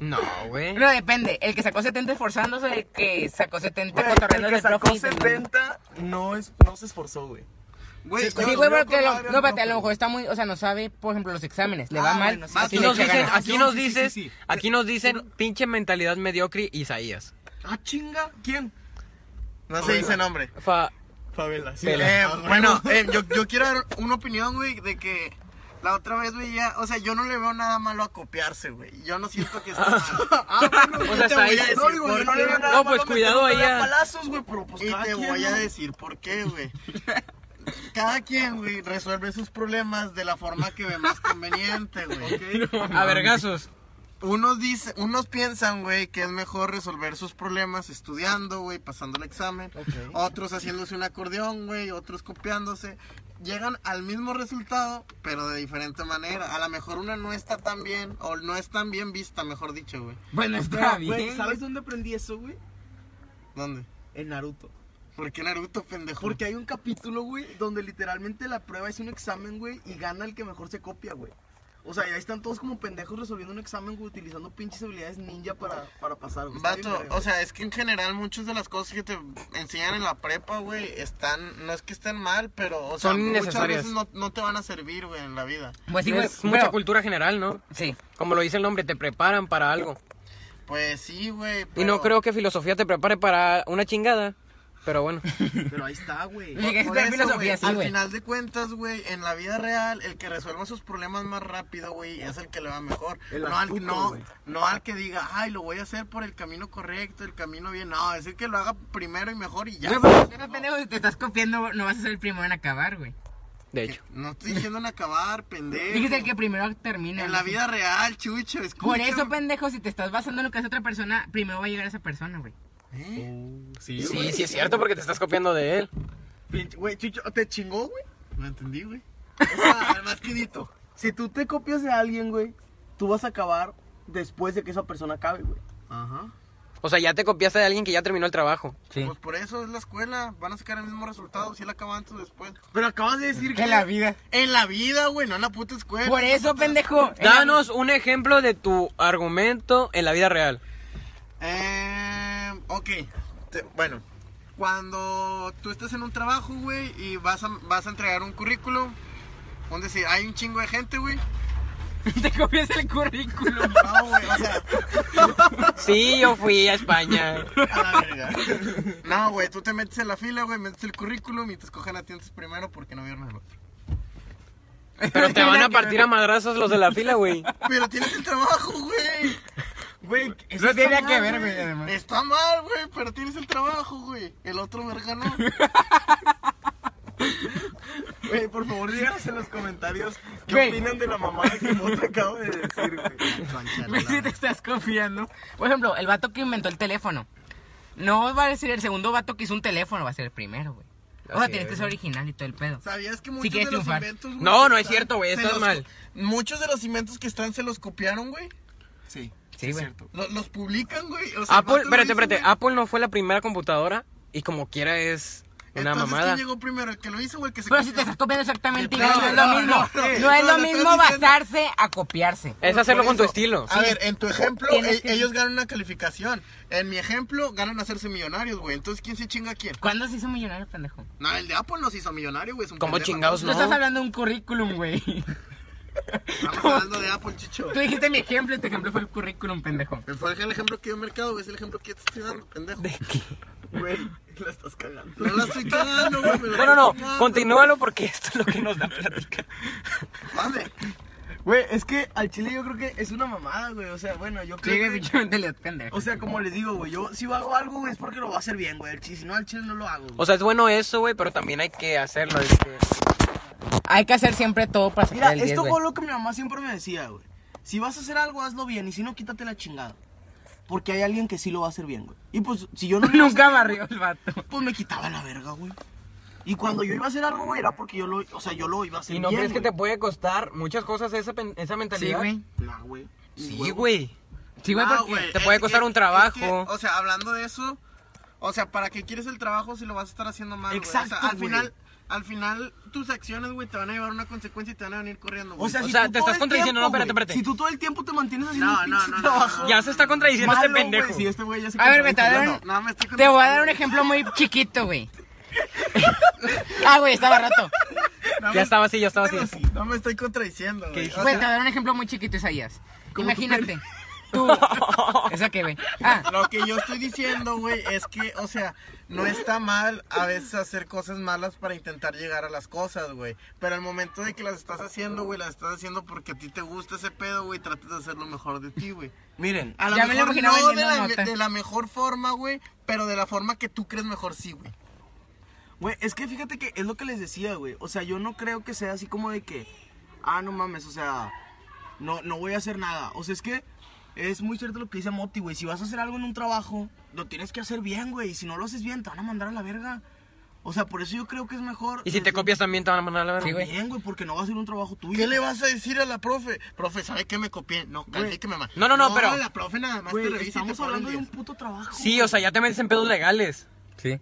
No, güey.
No, depende. El que sacó 70 esforzándose, el que sacó 70
Güey,
cotorreando
el que
de
sacó
profes.
70 no, es, no se esforzó, güey.
Güey,
Sí,
yo-
güey,
veo
pero que
con
lo-
madre al
no, espérate, a
profe.
lo mejor está muy, o sea, no sabe, por ejemplo, los exámenes, le va
Ah,
mal.
bueno, sí,
así
Aquí
sí,
le
nos
echa
sí,
dicen,
ganas.
aquí nos
Sí, sí,
dicen,
sí, sí.
aquí nos dicen pinche mentalidad mediocre Isaías.
Ah, chinga, ¿quién?
no se dice nombre.
Fa-
Favela. sí.
Favela.
Eh,
Ah, güey.
bueno, eh, yo, yo quiero dar una opinión, güey, de que la otra vez, güey, ya, o sea, yo no le veo nada malo a copiarse, güey. Yo no siento que está mal.
Ah,
sea,
bueno, yo te
está
voy
ahí.
a decir
No, digo,
por
yo no
qué.
le veo nada No, pues,
meter
cuidado
una
ahí a-
a palazos, güey, pero pues
Y
cada
te
quien,
voy a
¿no?
decir por qué, güey. Cada quien, güey, resuelve sus problemas de la forma que ve más conveniente, güey.
A vergazos.
Unos, dice, unos piensan, güey, que es mejor resolver sus problemas estudiando, güey, pasando el examen. Otros haciéndose un acordeón, güey, otros copiándose. Llegan al mismo resultado, pero de diferente manera. A lo mejor una no está tan bien, o no es tan bien vista, mejor dicho, güey.
Bueno, está
Pero,
bien.
güey, ¿sabes dónde aprendí eso, güey?
¿Dónde?
En Naruto.
¿Por qué Naruto, pendejo?
Porque hay un capítulo, güey, donde literalmente la prueba es un examen, güey, y gana el que mejor se copia, güey. O sea, y ahí están todos como pendejos resolviendo un examen, güey, utilizando pinches habilidades ninja para, para pasar, güey. Pues Está bien
Vato,
verga,
o
güey.
sea, es que en general muchas de las cosas que te enseñan en la prepa, güey, están, no es que estén mal, pero, o sea,
Son
muchas
innecesarias.
veces no, no te van a servir, güey, en la vida.
Pues sí, güey,
Es mucha
pero-
cultura general, ¿no?
Sí.
Como lo dice el nombre, te preparan para algo.
Pues sí, güey.
Y
pero-
no creo que filosofía te prepare para una chingada. Pero bueno.
Pero ahí está, güey.
Oye, que es
Por
de
eso,
filosofía,
güey,
sí,
al
güey.
final de cuentas, güey, en la vida real, el que resuelva sus problemas más rápido, güey, es el que le va mejor.
El
no, al,
astuto,
no,
güey.
no al que diga, ay, lo voy a hacer por el camino correcto, el camino bien. No, es el que lo haga primero y mejor y ya.
Pero, pendejo, si te estás copiando, no vas a ser el primero en acabar, güey.
De hecho.
No estoy diciendo en acabar, pendejo.
Dijiste el que primero termina.
En
¿no?
la vida real, chucho, escucha.
Por eso, pendejo, si te estás basando en lo que hace otra persona, primero va a llegar esa persona, güey.
¿Eh?
Sí,
Sí, sí es cierto porque te estás copiando de él.
Pinche- Güey, Chucho, ¿te chingó, güey?
No entendí, güey. O sea, al más quedito.
Si tú te copias de alguien, güey, tú vas a acabar después de que esa persona acabe, güey.
Ajá.
O sea, ya te copiaste de alguien que ya terminó el trabajo.
Sí.
Pues por eso es la escuela. Van a sacar el mismo resultado si la acaban antes o después.
Pero acabas de decir que...
En la vida.
En la vida, güey, no en la puta escuela.
Por eso, pendejo. en la-
Danos un ejemplo de tu argumento en la vida real.
Eh, ok. Te- bueno, cuando tú estás en un trabajo, güey, y vas a, vas a entregar un currículum, donde decir, hay un chingo de gente, güey.
Te copias el currículum.
No, güey, o sea,
Sí, yo fui a España.
a la verga. No, güey, tú te metes en la fila, güey, metes el currículum y te escogen a ti antes primero porque no vieron al otro.
Pero te van a partir a madrazos los de la fila, güey.
Pero tienes el trabajo, güey.
Güey,
Eso
no
está
tiene nada que
mal,
ver, güey. además.
Está mal, güey, pero tienes el trabajo, güey. El otro me ganó.
Güey, por favor, díganos en los comentarios qué
Güey.
opinan de la mamada que vos acabo de decir, güey.
Güey, si te estás confiando. Por ejemplo, el vato que inventó el teléfono. No va a ser el segundo vato que hizo un teléfono, va a ser el primero, güey. O sea,
Así
tienes que
es,
ser
güey.
original y todo el pedo.
¿Sabías que muchos
Si
de
quieres
los
triunfar.
inventos, güey,
No,
que
no es
están-
cierto, güey,
se
estás
los-
mal.
Muchos de los inventos que están se los copiaron, güey.
Sí,
Sí, güey.
Lo- Los, publican, güey. O sea, el
Apple,
vato lo
Ah, espérate,
hizo,
espérate.
güey.
Apple no fue la primera computadora y como quiera es una
Entonces,
mamada.
¿quién llegó primero? ¿El que lo hizo o el que se
Pero
copió?
si te estás copiando exactamente
No,
igual, no, es lo
no,
mismo.
no,
No,
no,
es
no,
lo
no, estás
mismo
diciendo-
basarse a copiarse.
Es hacerlo con
Por
tu
eso, Ah,
estilo.
A ver, en tu ejemplo,
Tienes
e-
que-
ellos ganan una calificación. En mi ejemplo, ganan a hacerse millonarios, güey. Entonces, ¿quién se chinga a quién?
¿Cuándo se hizo millonario, pendejo?
No, el de Apple nos hizo millonario, güey. es un
¿Cómo
pendejo,
chingados
Tú
No.
estás hablando de un currículum, güey.
Estamos hablando de Apple, chicho.
Tú dijiste mi ejemplo y tu ejemplo fue el currículum, pendejo.
Fue el ejemplo que yo mercado, güey. Es el ejemplo que yo te estoy dando, pendejo.
güey, la estás cagando.
No la estoy cagando, güey. me la
No, no, no.
estoy cagando.
Continúalo porque esto es lo que nos da plática.
Vale.
Güey, es que al chile yo creo que es una mamada, güey. O sea, bueno, yo creo
Sigue
que-
pinchemente le pendejo.
O sea, como les digo, güey, yo si hago algo, güey, es porque lo voy a hacer bien, güey. El chile, Si no, al chile no lo hago. güey.
O sea, es bueno eso, güey, pero también hay que hacerlo. este, es que-
Hay que hacer siempre todo para
Mira,
sacar el 10,
esto
güey.
fue lo que mi mamá siempre me decía, güey. Si vas a hacer algo, hazlo bien. Y si no, quítate la chingada. Porque hay alguien que sí lo va a hacer bien, güey. Y pues, si yo no. lo iba a
Nunca
hacer bien,
barrió el vato.
Pues me quitaba la verga, güey. Y cuando yo iba a hacer algo, güey, era porque yo lo. O sea, yo lo iba a hacer
¿Y no
bien.
crees que te
güey.
puede costar muchas cosas esa, pen- esa
Sí,
mentalidad?
güey.
Nah, güey.
Sí, güey.
Sí, güey,
Ah,
porque...
güey,
te puede
es-
costar
es-
un trabajo.
es que, o sea, hablando de eso, o sea, ¿para qué quieres el trabajo si lo vas a estar haciendo mal? güey? O sea,
Exacto,
al
güey.
final, al final tus acciones, güey, te van a llevar a una consecuencia y te van a venir corriendo, güey.
O sea,
O
si
sea, te
tú todo
estás
el
contradiciendo,
tiempo,
no, espérate,
güey,
espérate.
Si tú todo el tiempo te mantienes haciendo
No,
un
no,
pinche
no, no,
trabajo.
no,
Ya se está contradiciendo
malo,
este pendejo.
güey, Sí, este güey ya se
A ver, vete,
contradijo,
a
ya
ver.
no.
no, me estoy
Te voy a dar un ejemplo muy chiquito, güey. Ah, güey, estaba rato.
Ya estaba así, ya estaba así.
No me estoy contradiciendo, güey. O
Güey,
sea,
te voy a dar un ejemplo muy chiquito, Isaías. Imagínate. Tú. ¿Esa qué, güey? Ah,
Lo que yo estoy diciendo, güey, es que, o sea, no está mal a veces hacer cosas malas para intentar llegar a las cosas, güey. Pero al momento de que las estás haciendo, güey, las estás haciendo porque a ti te gusta ese pedo, güey, tratas de hacer lo mejor de ti, güey.
Miren,
A lo
Ya me lo
mejor
imaginaba
no de
vendiendo
la,
mota.
de la mejor forma, güey, pero de la forma que tú crees mejor sí, güey.
Güey, es que fíjate que es lo que les decía, güey. O sea, yo no creo que sea así como de que, ah, no mames, o sea, no, no voy a hacer nada. O sea, es que es muy cierto lo que dice Moti, güey. Si vas a hacer algo en un trabajo, lo tienes que hacer bien, güey. Y si no lo haces bien, te van a mandar a la verga. O sea, por eso yo creo que es mejor.
Y si te
desde-
copias también te van a mandar a la verga.
Sí, güey.
Bien, güey, porque no va a ser un trabajo tuyo.
¿Qué le vas a decir a la profe? Profe, ¿sabe qué me copié? No, califíqueme más.
No, no, no, pero-
la profe nada más te
Güey,
revisa y te
estamos
pone un
hablando de un
10.
puto trabajo.
Sí, o sea, ya te metes en pedos legales.
sí.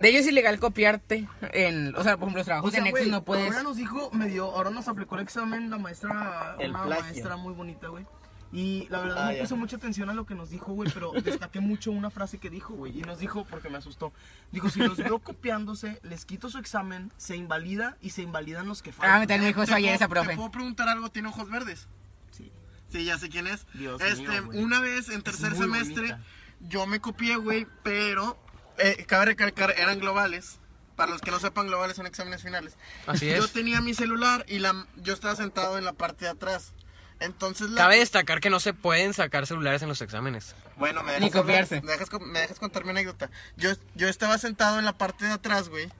De ello es ilegal copiarte. En, o sea, por ejemplo, los trabajos
O sea,
en Nexus
güey,
no puedes.
Ahora nos dijo, me dio, ahora nos aplicó el examen la maestra,
El
una
plagio.
maestra muy bonita, güey. Y la verdad
Ah,
no
ya.
puse mucha atención a lo que nos dijo, güey, pero destaqué mucho una frase que dijo, güey. Y nos dijo, porque me asustó, dijo, si los veo copiándose, les quito su examen, se invalida y se invalidan los que
Ah, me
faltan.
también me dijo
¿Te
eso ayer
puedo-
esa
¿Te
profe.
puedo preguntar algo? ¿Tiene ojos verdes?
Sí.
Sí, ya sé quién es.
Dios
este,
mío, güey.
una vez en tercer
muy
semestre,
bonita.
yo me copié, güey, pero eh, cabe recalcar, eran globales. Para los que no sepan, globales son exámenes finales.
Así
Yo
es.
tenía mi celular y la, yo estaba sentado en la parte de atrás. Entonces la...
Cabe destacar que no se pueden sacar celulares en los exámenes.
Bueno, me
Ni
dejas, hablar,
copiarse.
me dejas co- me dejas contar mi anécdota. Yo, yo estaba sentado en la parte de atrás, güey.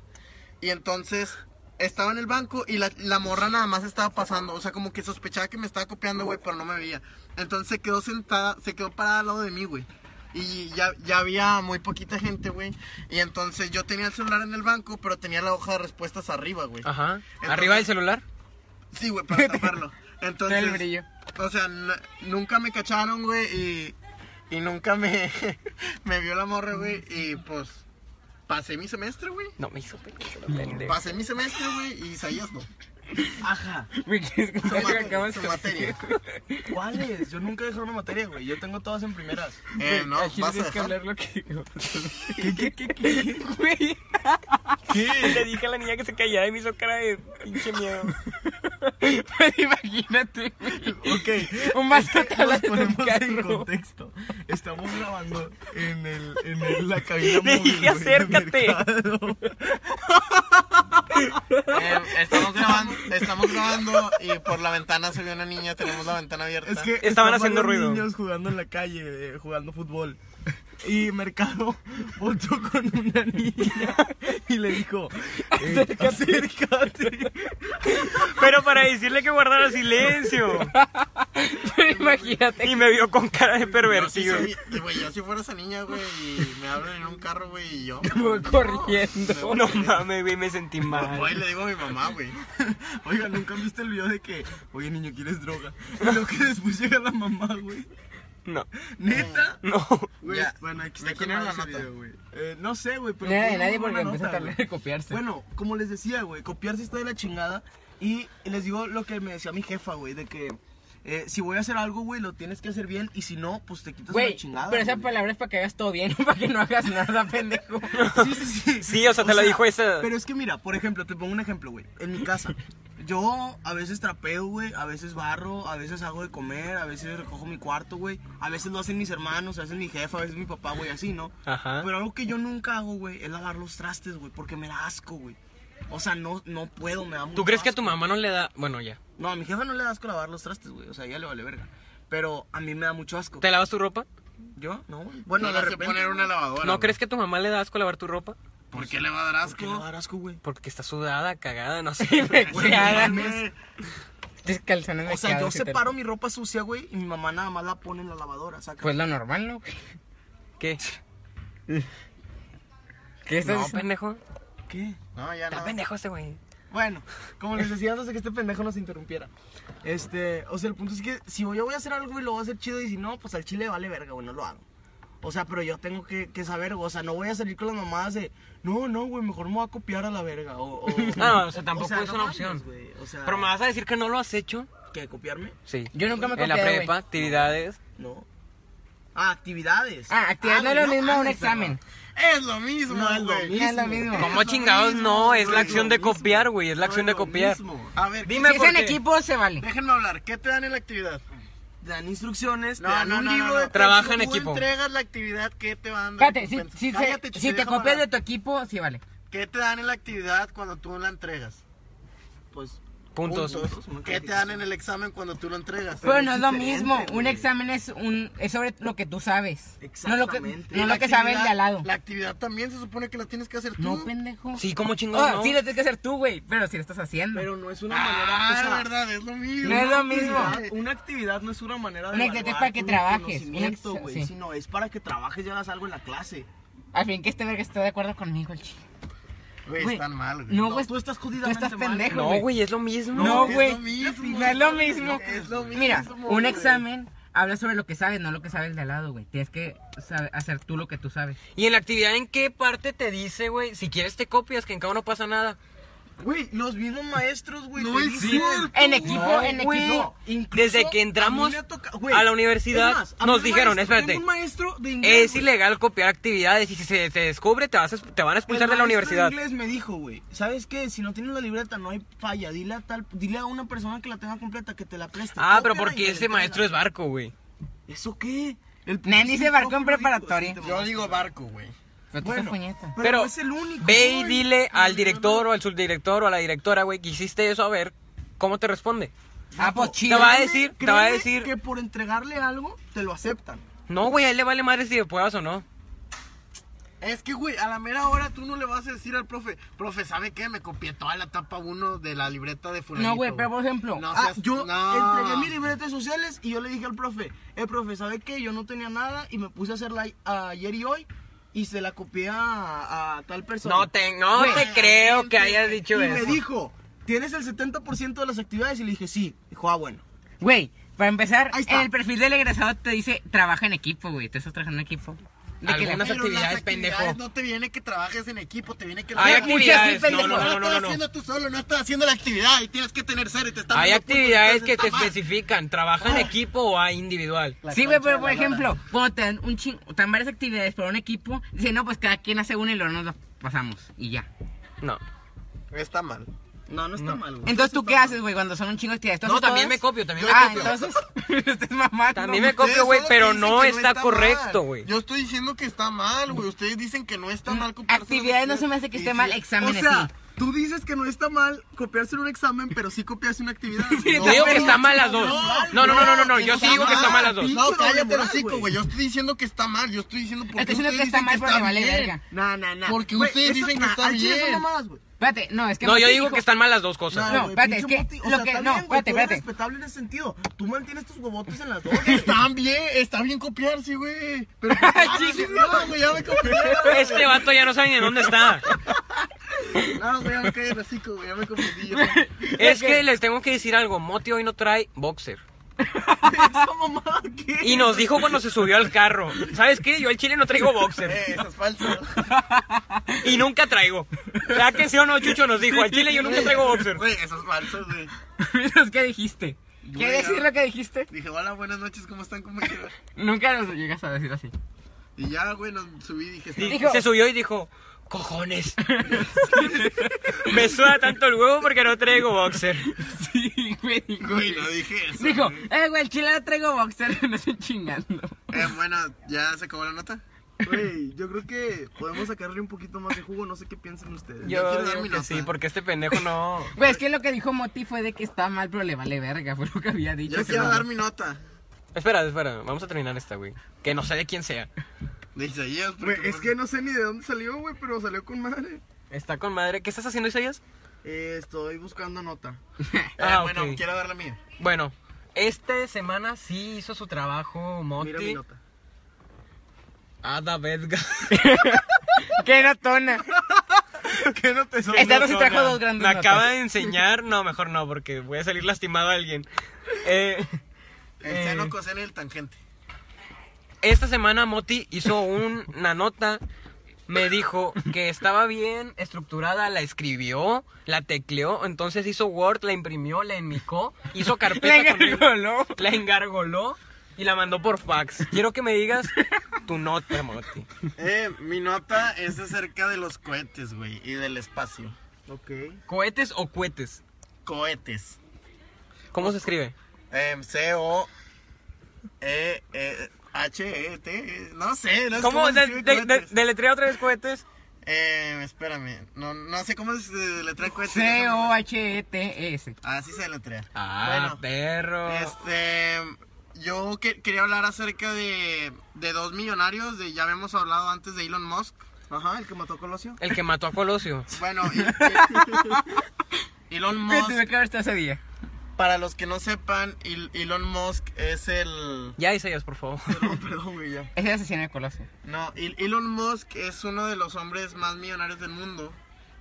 Y entonces estaba en el banco y la, la morra nada más estaba pasando. O sea, como que sospechaba que me estaba copiando, güey, pero no me veía. Entonces se quedó sentada, se quedó parada al lado de mí, güey. Y ya, ya había muy poquita gente, güey. Y entonces yo tenía el celular en el banco, pero tenía la hoja de respuestas arriba, güey.
Ajá.
Entonces-
Arriba del celular.
Sí, güey, para taparlo. Entonces,
Todo el brillo.
O sea, n- nunca me cacharon, güey, y, y nunca me, me vio la morra, güey, y pues pasé mi semestre, güey.
No me hizo pendejo, pendejo.
Pasé mi semestre, güey, y Isaías no.
Ajá.
Güey, ¿qué es
Su,
lo que
mate-
acabas
su
de
materia.
¿Cuáles? Yo nunca he dejado una materia, güey. Yo tengo todas en primeras.
Eh, no,
Aquí
vas a
tienes que
dejar.
hablar lo que digo. ¿Qué, qué, qué, qué? Güey.
Le dije a la niña que se callara y me hizo cara de pinche miedo.
Pero imagínate, güey.
Ok.
Un
Nos
mascotalazo de un
ponemos en
carro.
contexto. Estamos grabando en, el, en el- la cabina
Le
móvil,
dije,
güey, del
"Acércate".
mercado.
Eh, estamos, grabando, estamos grabando y por la ventana se vio una niña, tenemos la ventana abierta.
Es que
Estaban haciendo
varios
ruido.
niños jugando en la calle, eh, jugando fútbol. Y Mercado volteó con una niña y le dijo: "Eh, acércate.
Pero para decirle que guardara silencio.
Pero imagínate.
Y me vio con cara de
Yo sí
pervertido.
soy- y, güey, yo si fuera esa niña, güey, y me hablan en un carro, güey, y yo.
Me voy corriendo.
No mames, güey, me sentí mal.
Güey, le digo a mi mamá, güey.
Oiga, nunca viste el video de que, oye niño, ¿quieres droga? Y lo que después llega la mamá, güey.
No,
Neta.
no.
Güey,
Eh, Ya.
bueno, aquí
¿De
está
quién
con
era la
madre
nota?
ese video, güey. Eh, no sé, güey, pero.
Ni de
fue
nadie
muy buena
porque empieza a
nota,
tardar
güey.
en copiarse.
Bueno, como les decía, güey, copiarse está de la chingada. Y les digo lo que me decía mi jefa, güey, de que eh, si voy a hacer algo, güey, lo tienes que hacer bien. Y si no, pues te quitas de
Güey,
la chingada.
pero esa
güey.
palabra es para que hagas todo bien, para que no hagas nada, pendejo.
Sí, sí, sí.
Sí, o sea, te la dijo esa-
Pero es que mira, por ejemplo, te pongo un ejemplo, güey. En mi casa, yo a veces trapeo, güey, a veces barro, a veces hago de comer, a veces recojo mi cuarto, güey. A veces lo hacen mis hermanos, a veces mi jefa, a veces mi papá, güey, así, ¿no?
Ajá.
Pero algo que yo nunca hago, güey, es lavar los trastes, güey, porque me da asco, güey. O sea, no, no puedo, me da mucho
¿Tú crees que a
asco.
tu mamá no le da.? Bueno, ya.
No, a mi jefa no le da asco lavar los trastes, güey. O sea, ya le vale verga. Pero a mí me da mucho asco.
¿Te lavas tu ropa?
¿Yo? No, güey.
Bueno,
Bueno, de
no sé
repente...
poner una lavadora.
¿No
güey.
crees que a tu mamá le da asco lavar tu ropa?
¿Por qué le va a dar
¿Por qué le va a
asco?
dar asco, güey?
Porque está sudada, cagada, no sé.
Me
Güey, no
cagan.
mames.
Tus calzones me
O sea,
cagan,
yo
si te-
separo mi ropa sucia, güey, y mi mamá nada más la pone en la lavadora, saca.
Pues lo normal, ¿no? güey?
¿Qué?
¿Qué estás
No, pues,
diciendo?
pendejo.
¿Qué?
No, ya
Está
no.
pendejo este güey.
Bueno, como les decía antes de que este pendejo nos interrumpiera. Este, o sea, el punto es que si yo voy a hacer algo, güey, lo voy a hacer chido, y si no, pues al chile vale verga, güey, no lo hago. O sea, pero yo tengo que, que saber, güey, o sea, no voy a salir con las mamadas de, no, no, güey, mejor me voy a copiar a la verga, o... o
No, o sea, tampoco es una
mames,
opción.
güey, o sea,
¿Pero me vas a decir que no lo has hecho?
¿qué, copiarme?
Sí.
Yo nunca me
En la
copié, güey.
prepa, actividades.
No. Ah, actividades.
Ah, actividad no es lo
güey,
mismo a un
mames,
examen.
Es lo mismo,
No es lo
güey.
No es lo mismo.
¿Cómo chingados? No, es la acción de copiar, güey. Es la acción de
lo
copiar.
mismo.
A ver,
Dime
Si es
por
en
qué.
equipo, se vale.
déjenme hablar. ¿Qué te dan en la actividad?
Te dan instrucciones,
No,
te dan
no,
un
no,
libro
no, no.
de
Trabaja en
Tú
equipo.
entregas la actividad, ¿qué te van a dar?
Espérate, si,
recompensa?
si, se-
Cállate,
si
Chuy,
te
deja
copias de
hablar.
tu equipo, sí vale.
¿Qué te dan en la actividad cuando tú la entregas?
pues
Puntos.
Puntos. una
¿Qué te dan en el examen cuando tú lo entregas?
Pero no
es
es lo
diferente,
mismo. Un
güey.
examen es un es sobre lo que tú sabes. No lo que,
Exactamente.
no
La
lo que sabe el de
actividad-
al lado.
La actividad también se supone que la tienes que hacer tú.
No, pendejo.
Sí, ¿cómo chingados?
Ah,
no?
sí, lo tienes que hacer tú, güey. Pero si lo estás haciendo.
Pero no es una manera.
Ah,
o sea,
es verdad, es lo mismo.
No es lo mismo.
una actividad- Una actividad no es una manera de.
Una actividad es
evaluar
para que
tu
trabajes,
conocimiento,
una ex-
güey.
sí.
Sino es para que trabajes y hagas algo en la clase.
Al fin que este verga está de acuerdo conmigo, el chico.
Güey,
Güey,
están mal, güey.
No,
No,
güey.
tú estás
Tú estás
jodidamente mal.
pendejo,
No, güey, es lo mismo.
No,
es
güey.
lo mismo.
No es lo mismo.
Es lo mismo,
Mira, un
güey.
examen habla sobre lo que sabes, no lo que sabe el de al lado, güey. Tienes que sabe- hacer tú lo que tú sabes.
¿Y en la actividad en qué parte te dice, güey? Si quieres te copias, que en cada uno pasa nada.
Güey, los mismos maestros, güey.
No
te
es
dicen-
cierto.
En equipo, en
güey,
equipo.
incluso
Desde que
a mí
entramos
me ha toca- güey,
a la universidad,
es más, a mí
nos
un
dijeron,
maestro-
espérate,
tengo un maestro de inglés,
Es
güey.
ilegal copiar actividades y si se te descubre te, vas a- te van a expulsar de
El
la
maestro
universidad.
inglés me dijo, güey, ¿sabes qué? Si no tienes la libreta no hay falla, dile a tal, dile a una persona que la tenga completa que te la preste.
Ah, pero
Cópiala y
porque
te
ese
entrega.
maestro es barco, güey.
¿Eso qué? El
Nen, dice barco en preparatoria.
Yo digo barco, güey.
Pero tú
Bueno,
estás puñeta.
pero
Pero
no es el único.
Ve y
güey.
dile al director o al subdirector o a la directora, güey, que hiciste eso, a ver cómo te responde.
Ah, pues
Te
chido.
va a decir, te va a
Créeme
decir,
que por entregarle algo te lo aceptan.
no, güey, a él le vale madre si le pruebas o no.
Es que, güey, a la mera hora tú no le vas a decir al profe, profe, ¿sabe qué? Me copié toda la etapa 1 de la libreta de fulanito.
No, güey, pero por ejemplo,
No
Ah,
seas-
yo
no.
entregué mis libretas sociales y yo le dije al profe, el profe, ¿sabe qué? Yo no tenía nada y me puse a hacerla ayer y hoy y se la copié a, a tal persona.
No te, no
Güey,
te creo que hayas dicho
y
eso.
me dijo, ¿tienes el 70% de las actividades? Y le dije, sí. Dijo, ah, bueno.
güey, para empezar,
Ahí está.
en el perfil del egresado te dice trabaja en equipo, güey. Tú estás trabajando en equipo. De que
Algunas
la-
actividades,
Pero las actividades
pendejo.
No te viene que trabajes en equipo, te viene que...
Hay
Muchas
actividades,
sí,
no, no,
pendejo.
no, no,
estás
no, no.
haciendo tú solo, no estás haciendo la actividad y tienes que tener cero y te están
Hay
dando puntos,
actividades
entonces
que te
está mal.
especifican, trabaja en equipo o hay individual.
La
Sí, güey,
concha
pero
de
por
la lora.
ejemplo, cuando te dan un chingo, te dan varias actividades para un equipo, dicen, no, pues cada quien hace una y luego nos la pasamos y ya.
No.
Está mal.
No, no está mal, güey.
Entonces, ¿tú qué haces, güey, cuando son un chingo de actividades? ¿Tú
No,
haces
también
todas?
me copio, también me
Ah,
copio.
entonces, estás mamando.
También me
Ustedes
copio, güey,
son los
pero
que dicen
no
que
está correcto,
mal.
güey. Mm,
Yo estoy diciendo que está mal, güey. Ustedes dicen que no está mal. copiarse las
Mm, Actividades no se me hace que
Y
esté
sí.
mal, exámenes
O sea,
sí.
Tú dices que no está mal copiarse en un examen, pero sí copiarse una actividad.
Sí,
Ah,
te digo que está mal las dos. No, no, no, no, no, no, yo sí digo que está mal las dos.
No, cállate el hocico, güey. Yo estoy diciendo que está mal. Yo estoy diciendo porque
Estoy diciendo
ustedes
que está
dicen
mal,
que
pero
está
me vale
bien.
verga.
Nah, nah, nah.
Porque
Güey,
ustedes
eso-
dicen que
nah,
está
al chile son
bien.
mamadas, güey.
Espérate, no, es que.
No, yo
Mote
digo
dijo-
que están mal las dos cosas.
No,
güey,
espérate, es
pinche
que
Moti, o
lo
sea,
que-
está
no, espérate,
bien, güey, tú eres
espérate.
respetable en ese sentido. Tú mantienes tus huevotes en las dos.
Están bien, está bien copiarse, güey. Pero pues, no, güey, ya me copié.
Este vato ya no sabe ni en dónde está.
No, güey, ya me caí el hocico, güey, ya me confundí. yo.
Es que les tengo que decir algo. Moti hoy no trae boxer.
Esa mamada, ¿qué?
Y nos dijo cuando se subió al carro. ¿Sabes qué? Yo al chile no traigo boxer.
Eh, eso es falso.
Y nunca traigo. Ya que sí o no, Chucho nos dijo. Al chile yo nunca traigo boxer.
Güey, eso es falso, güey.
Miras, ¿Qué dijiste? ¿Qué
Güey,
decir lo que dijiste?
Dije, hola, buenas noches, ¿cómo están? ¿Cómo están?
Nunca nos llegas a decir así.
Y ya, güey, nos subí y dije, está
Y se subió y dijo, cojones. Me suda tanto el huevo porque no traigo boxer.
Sí, güey, dijo.
Güey, no dije eso.
Dijo,
güey.
eh, güey, el chile no traigo boxer, no estoy chingando.
Eh, bueno, ya se acabó la nota.
Güey, yo creo que podemos sacarle un poquito más de jugo. No sé qué piensan ustedes.
Yo
Yo
quiero dar
digo
mi
que
nota.
sí, porque este pendejo no...
Güey, es que lo que dijo Moti fue de que está mal, pero le vale verga, fue lo que había dicho.
Yo quiero dar mi nota.
Espera, espera. Vamos a terminar esta, güey. Que no sé de quién sea.
De Isaías, porque- pues
Güey, es que no sé ni de dónde salió, güey, pero salió con madre.
Está con madre. ¿Qué estás haciendo, Isaías?
Eh, estoy buscando nota.
Eh,
Ah,
bueno,
ok.
quiero dar la mía.
Bueno, esta semana sí hizo su trabajo
Mira mi
Moti.
nota.
Ada Vedga.
¡Qué notona!
¿Qué nota es?
Esta no se trajo dos grandes
Me
notas.
acaba de enseñar. No, mejor no, porque voy a salir lastimado a alguien. Eh,
El
Eh.
seno, coseno y el tangente.
esta semana Moti hizo un- una nota. Me dijo que estaba bien estructurada, la escribió, la tecleó, entonces hizo Word, la imprimió, la enmicó, hizo
Le
carpeta con ella.
engargoló.
La engargoló y la mandó por fax. Quiero que me digas tu nota, Moti.
Eh, mi nota es acerca de los cohetes, güey, y del espacio.
Ok.
¿Cohetes o cohetes?
Cohetes.
¿Cómo se escribe?
Em, C O E E H E T. No sé, no sé
¿Cómo?
se
De,
escribe
de- de-
cohetes.
deletrea otra vez cohetes.
Em, espérame, no, no sé cómo se deletrea cohetes.
E C-O-H-E-T-S.
Así se deletrea.
Ah,
bueno,
perro.
Este, yo que- quería hablar acerca de, de dos millonarios, de ya habíamos hablado antes de Elon Musk.
Ajá, el que mató a Colosio.
El que mató a Colosio.
Bueno, y- y- Elon
Güey, tuve
Musk,
que haber
este
estado ese día.
para los que no sepan, El- Elon Musk es el...
Ya, Isaías, por favor.
Perdón, perdón, güey, ya.
Es el asesino de Colosio.
No, El- Elon Musk es uno de los hombres más millonarios del mundo.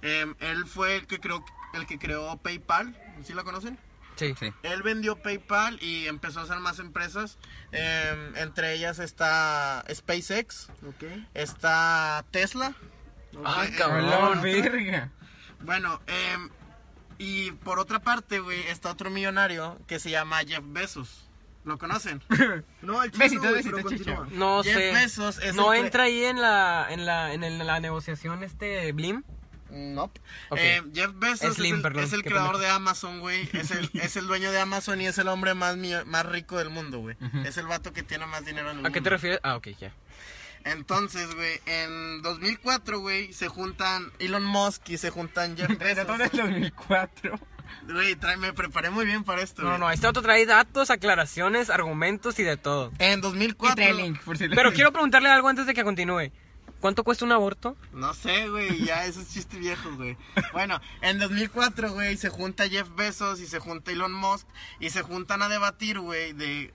Em, él fue el que creó, el que creó PayPal, ¿sí la conocen?
Sí.
Él vendió PayPal y empezó a hacer más empresas. Em, entre ellas está SpaceX,
Ok.
está Tesla.
Ay,
Eh,
¡Hola,
cabrón.
verga!
Bueno, em, y por otra parte, güey, está otro millonario que se llama Jeff Bezos. ¿Lo conocen?
No, el
Besito,
chino, güey,
besito,
pero
chicho.
continúa.
No
Jeff
sé.
Bezos es
no
el que-
entra ahí en la, en la, en el- la negociación este Blim.
No.
Ok.
Em, Jeff Bezos
Slim,
es el,
perdón,
es el
qué
creador
pendejo.
de Amazon, güey. Es el, es el dueño de Amazon y es el hombre más, millo- más rico del mundo, güey. Es el vato que tiene más dinero en el mundo.
¿A qué te refieres? Ah, ok, ya.
Entonces, güey, en 2004, güey, se juntan Elon Musk y se juntan Jeff Bezos.
Trató en el 2004.
Güey, trae- me preparé muy bien para esto.
No,
güey.
no, este otro trae datos, aclaraciones, argumentos y de todo.
En
Y
2004.
trae link, por si lo-
Pero quiero preguntarle algo antes de que continúe. ¿Cuánto cuesta un aborto?
No sé, güey, ya esos chistes viejos, güey. Bueno, en 2004, güey, se junta Jeff Bezos y se junta Elon Musk y se juntan a debatir, güey, de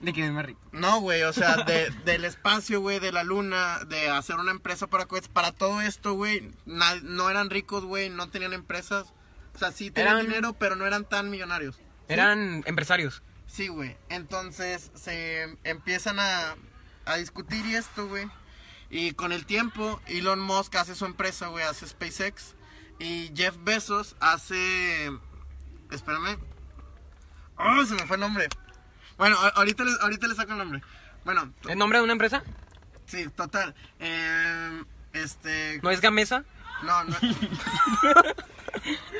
¿De quién es más rico?
No, güey, o sea, de- del espacio, güey, de la luna, de hacer una empresa para cohetes, para todo esto, güey, na- no eran ricos, güey, no tenían empresas. O sea, sí tenían
Eran-
dinero, pero no eran tan millonarios.
Eran empresarios.
Sí, güey. Entonces se empiezan a, a discutir y esto, güey. Y con el tiempo, Elon Musk hace su empresa, güey, hace SpaceX. Y Jeff Bezos hace... Espérame. ¡Oh, se me fue el nombre! Bueno, a- ahorita les, ahorita les saco el nombre. Bueno, t-
¿El nombre de una empresa?
sí, total. Em, este...
¿No es Gamesa?
No, no.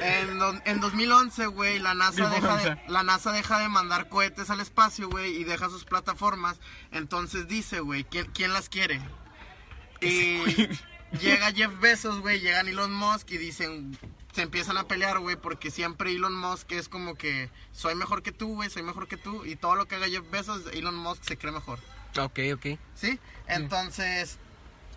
en, do- en 2011, güey, la NASA,
Dijo
deja de,
Hamza.
la NASA deja de mandar cohetes al espacio, güey, y deja sus plataformas. Entonces dice, güey, ¿quién, quién las quiere? Y, llega Jeff Bezos, güey, llegan Elon Musk y dicen, se empiezan a pelear, güey, porque siempre Elon Musk es como que soy mejor que tú, güey, soy mejor que tú, y todo lo que haga Jeff Bezos, Elon Musk se cree mejor,
Ok, ok.
¿sí? Entonces,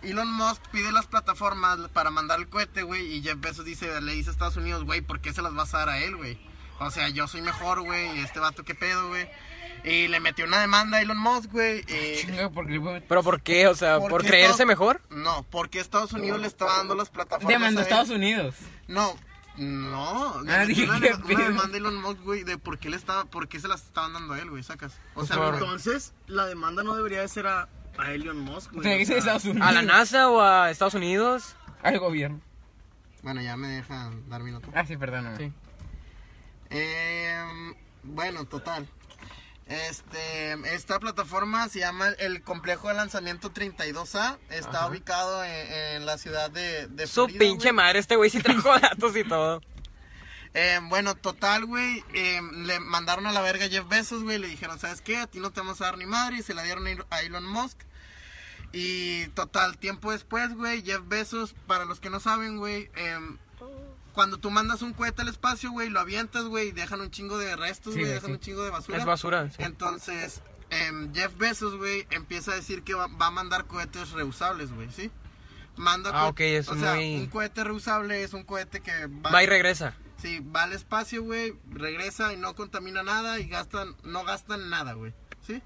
Elon Musk pide las plataformas para mandar el cohete, güey, y Jeff Bezos dice, le dice a Estados Unidos, güey, ¿por qué se las vas a dar a él, güey? O sea, yo soy mejor, güey, y este vato qué pedo, güey. Y le metió una demanda a Elon Musk, güey.
Eh,
y-
Ah, Chinga, porque le voy a-
¿Pero por qué? O sea, ¿por,
Porque
creerse
Estados-
mejor?
No, porque Estados Unidos le estaba dando las plataformas.
Demandó
a
a
él.
Estados Unidos.
No, no. le
Ah,
metió
dije,
una,
qué
una
pedo.
demanda a Elon Musk, güey, de por qué, le estaba, por qué se las estaban dando a él, güey, sacas. O sea,
favor.
güey,
Entonces, la demanda no debería de ser a, a Elon Musk, güey.
Tiene que ser
o sea,
Estados Unidos.
pues, ¿A la NASA o a Estados Unidos?
Al gobierno.
bueno, ya me dejan dar mi nota.
Ah, sí, perdóname.
Sí.
Eh, bueno, total. Este, esta plataforma se llama el Complejo de Lanzamiento 32A. Está ubicado en, en la ciudad de, de
Su
Florida,
pinche
güey.
madre, este güey sí trajo datos y todo.
Eh, bueno, total, güey. eh, le mandaron a la verga a Jeff Bezos, güey. Le dijeron, ¿sabes qué? A ti no te vamos a dar ni madre. Y se la dieron a Il- a Elon Musk. Y total, tiempo después, güey, Jeff Bezos, para los que no saben, güey, em, cuando tú mandas un cohete al espacio, güey, lo avientas, güey, y dejan un chingo de restos,
Sí,
güey,
güey,
dejan
sí.
un chingo de basura.
Es basura. sí.
Entonces, em, Jeff Bezos, güey, empieza a decir que va, va a mandar cohetes reusables, güey, ¿sí? Manda
Ah,
cohe-
ok, es
o sea,
muy-
un cohete reusable es un cohete que
Va y regresa.
Sí, va al espacio, güey, regresa y no contamina nada y gastan, no gastan nada, güey. ¿Sí?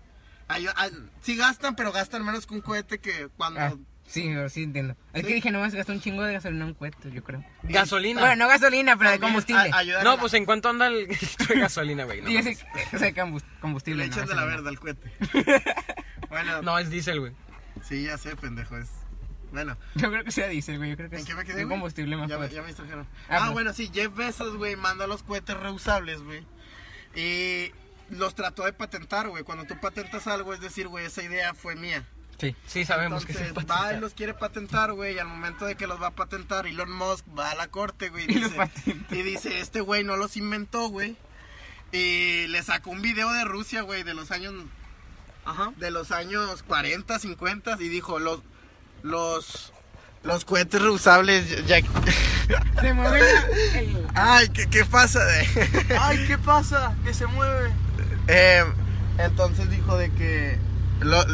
Ay, ay, sí gastan, pero gastan menos que un cohete que cuando...
Ah, sí, sí entiendo.
Sí.
Es
Ah.
que dije, nomás gastó un chingo de gasolina en un cohete, yo creo.
Gasolina.
Bueno, no gasolina, pero de
También ah,
combustible.
a- ayudan a
no,
la-
pues ¿en cuánto anda el litro de gasolina, güey? No,
Sí, ese- ese combust- combustible.
le
no,
echan de la
gasolina.
verga al cohete. bueno,
no, es diésel, güey.
sí, ya sé, pendejo, es... Bueno,
Yo creo que sea diésel, güey. Yo creo que
¿en
es
qué me quedé,
de
güey?
combustible más
ya, me-
fuerte.
ya me distrajeron.
Ah,
Ah,
pues.
bueno, sí, Jeff Bezos, güey, manda los cohetes reusables, güey. Y los trató de patentar, güey. Cuando tú patentas algo, es decir, güey, esa idea fue mía.
Sí, sí sabemos
Entonces,
que se
va y los quiere patentar, güey. Y al momento de que los va a patentar, Elon Musk va a la corte, güey.
Y los
dice-
patenta.
Y dice, este güey no los inventó, güey. Y le sacó un video de Rusia, güey, de los años... Ajá. De los años 40, 50. Y dijo, los... Los... Los cohetes reusables ya...
Se mueve la- el-
Ay, ¿qué, qué pasa? de-
Ay, ¿qué pasa? Que se mueve.
Em, entonces dijo de que lo-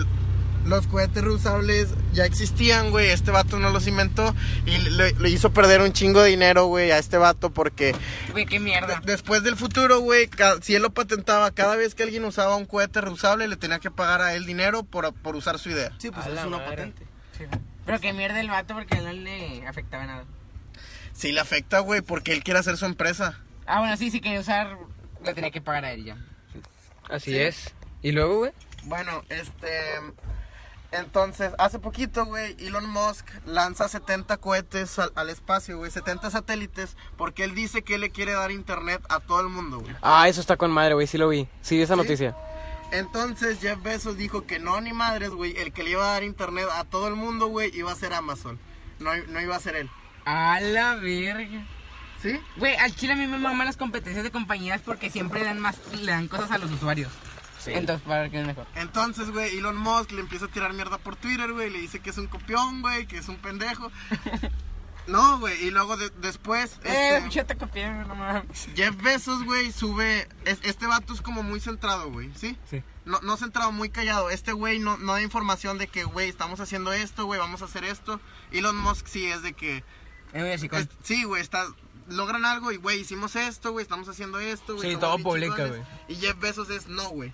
los cohetes reusables ya existían, güey. Este vato no los inventó y le, le hizo perder un chingo de dinero, güey, a este vato porque
Güey, qué mierda.
de- después del futuro, güey, ca- si él lo patentaba, cada vez que alguien usaba un cohete reusable le tenía que pagar a él dinero por, por usar su idea.
Sí, pues
A la
es una
madre.
patente.
Sí, güey. Pero qué mierda el vato porque no le afectaba nada.
Sí le afecta, güey, porque él quiere hacer su empresa.
Ah, bueno, sí, sí quería usar. Le tenía que pagar a él ya.
Así es. ¿Y luego, güey?
Bueno, este. Entonces, hace poquito, güey, Elon Musk lanza 70 cohetes al, al espacio, güey, 70 satélites, porque él dice que le quiere dar internet a todo el mundo, güey.
Ah, eso está con madre, güey. Sí lo vi. Sí vi esa noticia.
Entonces, Jeff Bezos dijo que no, ni madres, güey, el que le iba a dar internet a todo el mundo, güey, iba a ser Amazon. No, i- no iba a ser él.
A la verga.
¿Sí?
Güey, al chile a mí me maman las competencias de compañías porque siempre dan más, le dan cosas a los usuarios. Entonces, para ver qué es mejor.
Entonces, güey, Elon Musk le empieza a tirar mierda por Twitter, güey, le dice que es un copión, güey, que es un pendejo. No, güey, y luego de- después...
Eh,
este,
yo te copié, no mames.
Jeff Bezos, güey, sube. es- este vato es como muy centrado, güey, ¿sí?
Sí.
No, no centrado, muy callado. Este güey no, no da información de que, güey, estamos haciendo esto, güey, vamos a hacer esto. Elon Musk sí es de que.
Eh, mira, chicos.
es- sí, güey, está. Logran algo y, güey, hicimos esto, güey, estamos haciendo esto, güey.
Sí,
estamos
todo
bien
publica,
chingones. Y Jeff Bezos es no, güey.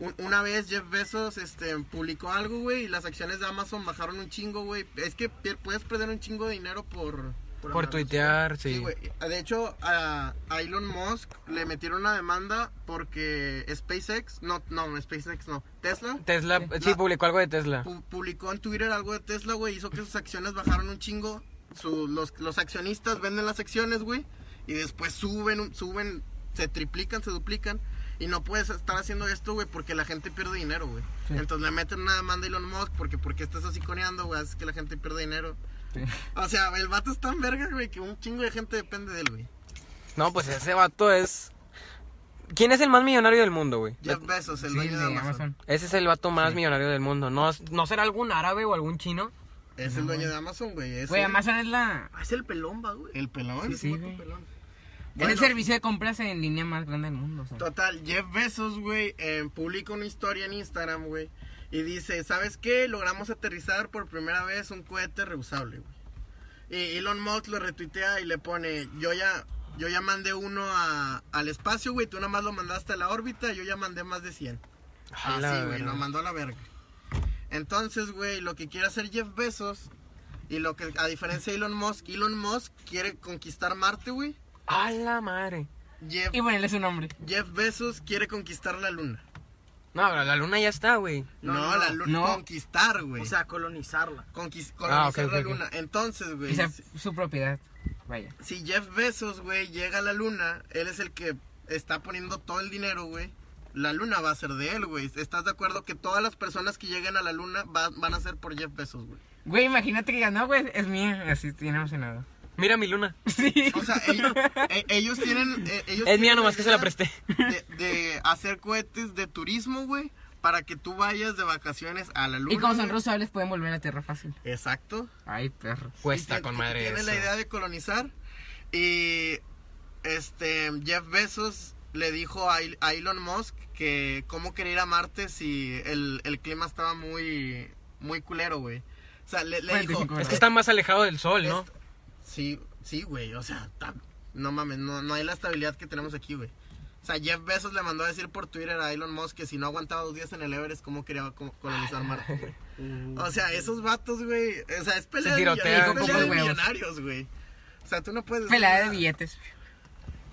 Un- Una vez Jeff Bezos este, publicó algo, güey, y las acciones de Amazon bajaron un chingo, güey. Es que pier- puedes perder un chingo de dinero por...
Por
hablar.
tuitear,
Sí,
sí.
güey. De hecho, a, a Elon Musk le metieron una demanda porque SpaceX, no, no, SpaceX no, Tesla
Tesla, sí,
La-
publicó algo de Tesla.
pu- publicó en Twitter algo de Tesla, güey, hizo que sus acciones bajaron un chingo. Su- los, los accionistas venden las acciones, güey, y después suben, un- suben, se triplican, se duplican. Y no puedes estar haciendo esto, güey, porque la gente pierde dinero, güey. Entonces le meten una demanda a Elon Musk porque, porque estás así coneando, güey, haces que la gente pierde dinero. O sea, el vato es tan verga, güey, que un chingo de gente depende de él, güey.
No, pues ese vato es. ¿Quién es el más millonario del mundo, güey?
Jeff Bezos, el
Sí,
dueño
de
de Amazon.
Amazon.
Ese es el vato más millonario del mundo. ¿No, ¿No será algún árabe o algún chino?
Es el dueño de Amazon, güey. Es
Güey,
el-
Amazon es la.
Ah, es el pelón, va, güey.
El pelón.
Sí, sí, güey.
Bueno.
Es el servicio de compras en línea más grande del mundo. o sea.
Total, Jeff Bezos, güey, eh, publica una historia en Instagram, güey. Y dice, ¿sabes qué? Logramos aterrizar por primera vez un cohete reusable, güey. Y Elon Musk lo retuitea y le pone, yo ya, yo ya mandé uno a- al espacio, güey. Tú nada más lo mandaste a la órbita, yo ya mandé más de 100.
A la
Así, güey,
verga.
lo mandó a la verga. Entonces, güey, lo que quiere hacer Jeff Bezos... Y lo que, a diferencia de Elon Musk, Elon Musk quiere conquistar Marte, güey.
A la madre.
Jeff,
Y ponerle su nombre.
Jeff Bezos quiere conquistar la luna.
No, pero la luna ya está, güey.
No,
No, no,
la
no.
luna.
No.
Conquistar, güey.
O sea, colonizarla.
Conquis-
Ah, ok,
colonizar
ok,
la
ok.
luna. Entonces, güey,
Y sea
si-
su propiedad. Vaya.
si Jeff Bezos, güey, llega a la luna, él es el que está poniendo todo el dinero, güey. La luna va a ser de él, güey. ¿Estás de acuerdo que todas las personas que lleguen a la luna va- van a ser por Jeff Bezos, güey?
Güey, imagínate que digas, no, güey, es mía. Así estoy emocionado.
Mira mi luna.
Sí.
O sea, ellos, e- ellos tienen... e- ellos
Es
tienen
mía nomás que se la
idea
presté.
De, de hacer cohetes de turismo, güey, para que tú vayas de vacaciones a la luna.
Y como son
güey.
reusables, pueden volver a tierra fácil.
Exacto.
Ay, perros.
Cuesta
Tien-
con madre
Tiene
eso.
la idea de colonizar. Y este Jeff Bezos le dijo a, Il- a Elon Musk que cómo quería ir a Marte si el, el clima estaba muy, muy culero, güey. O sea, le, le dijo...
45
Es que está más alejado del sol, ¿no?
"Es- Sí, sí, güey. O sea, ta- no mames, no, no hay la estabilidad que tenemos aquí, güey. O sea, Jeff Bezos le mandó a decir por Twitter a Elon Musk que si no aguantaba dos días en el Everest, ¿cómo quería co- colonizar Marte, güey? O sea, esos vatos, güey. O sea, es pelea,
Se
de,
tirotean
millones- pelea
con pocos
de
huevos.
millonarios, güey. O sea, tú no puedes. decir
Pelada de
nada.
billetes.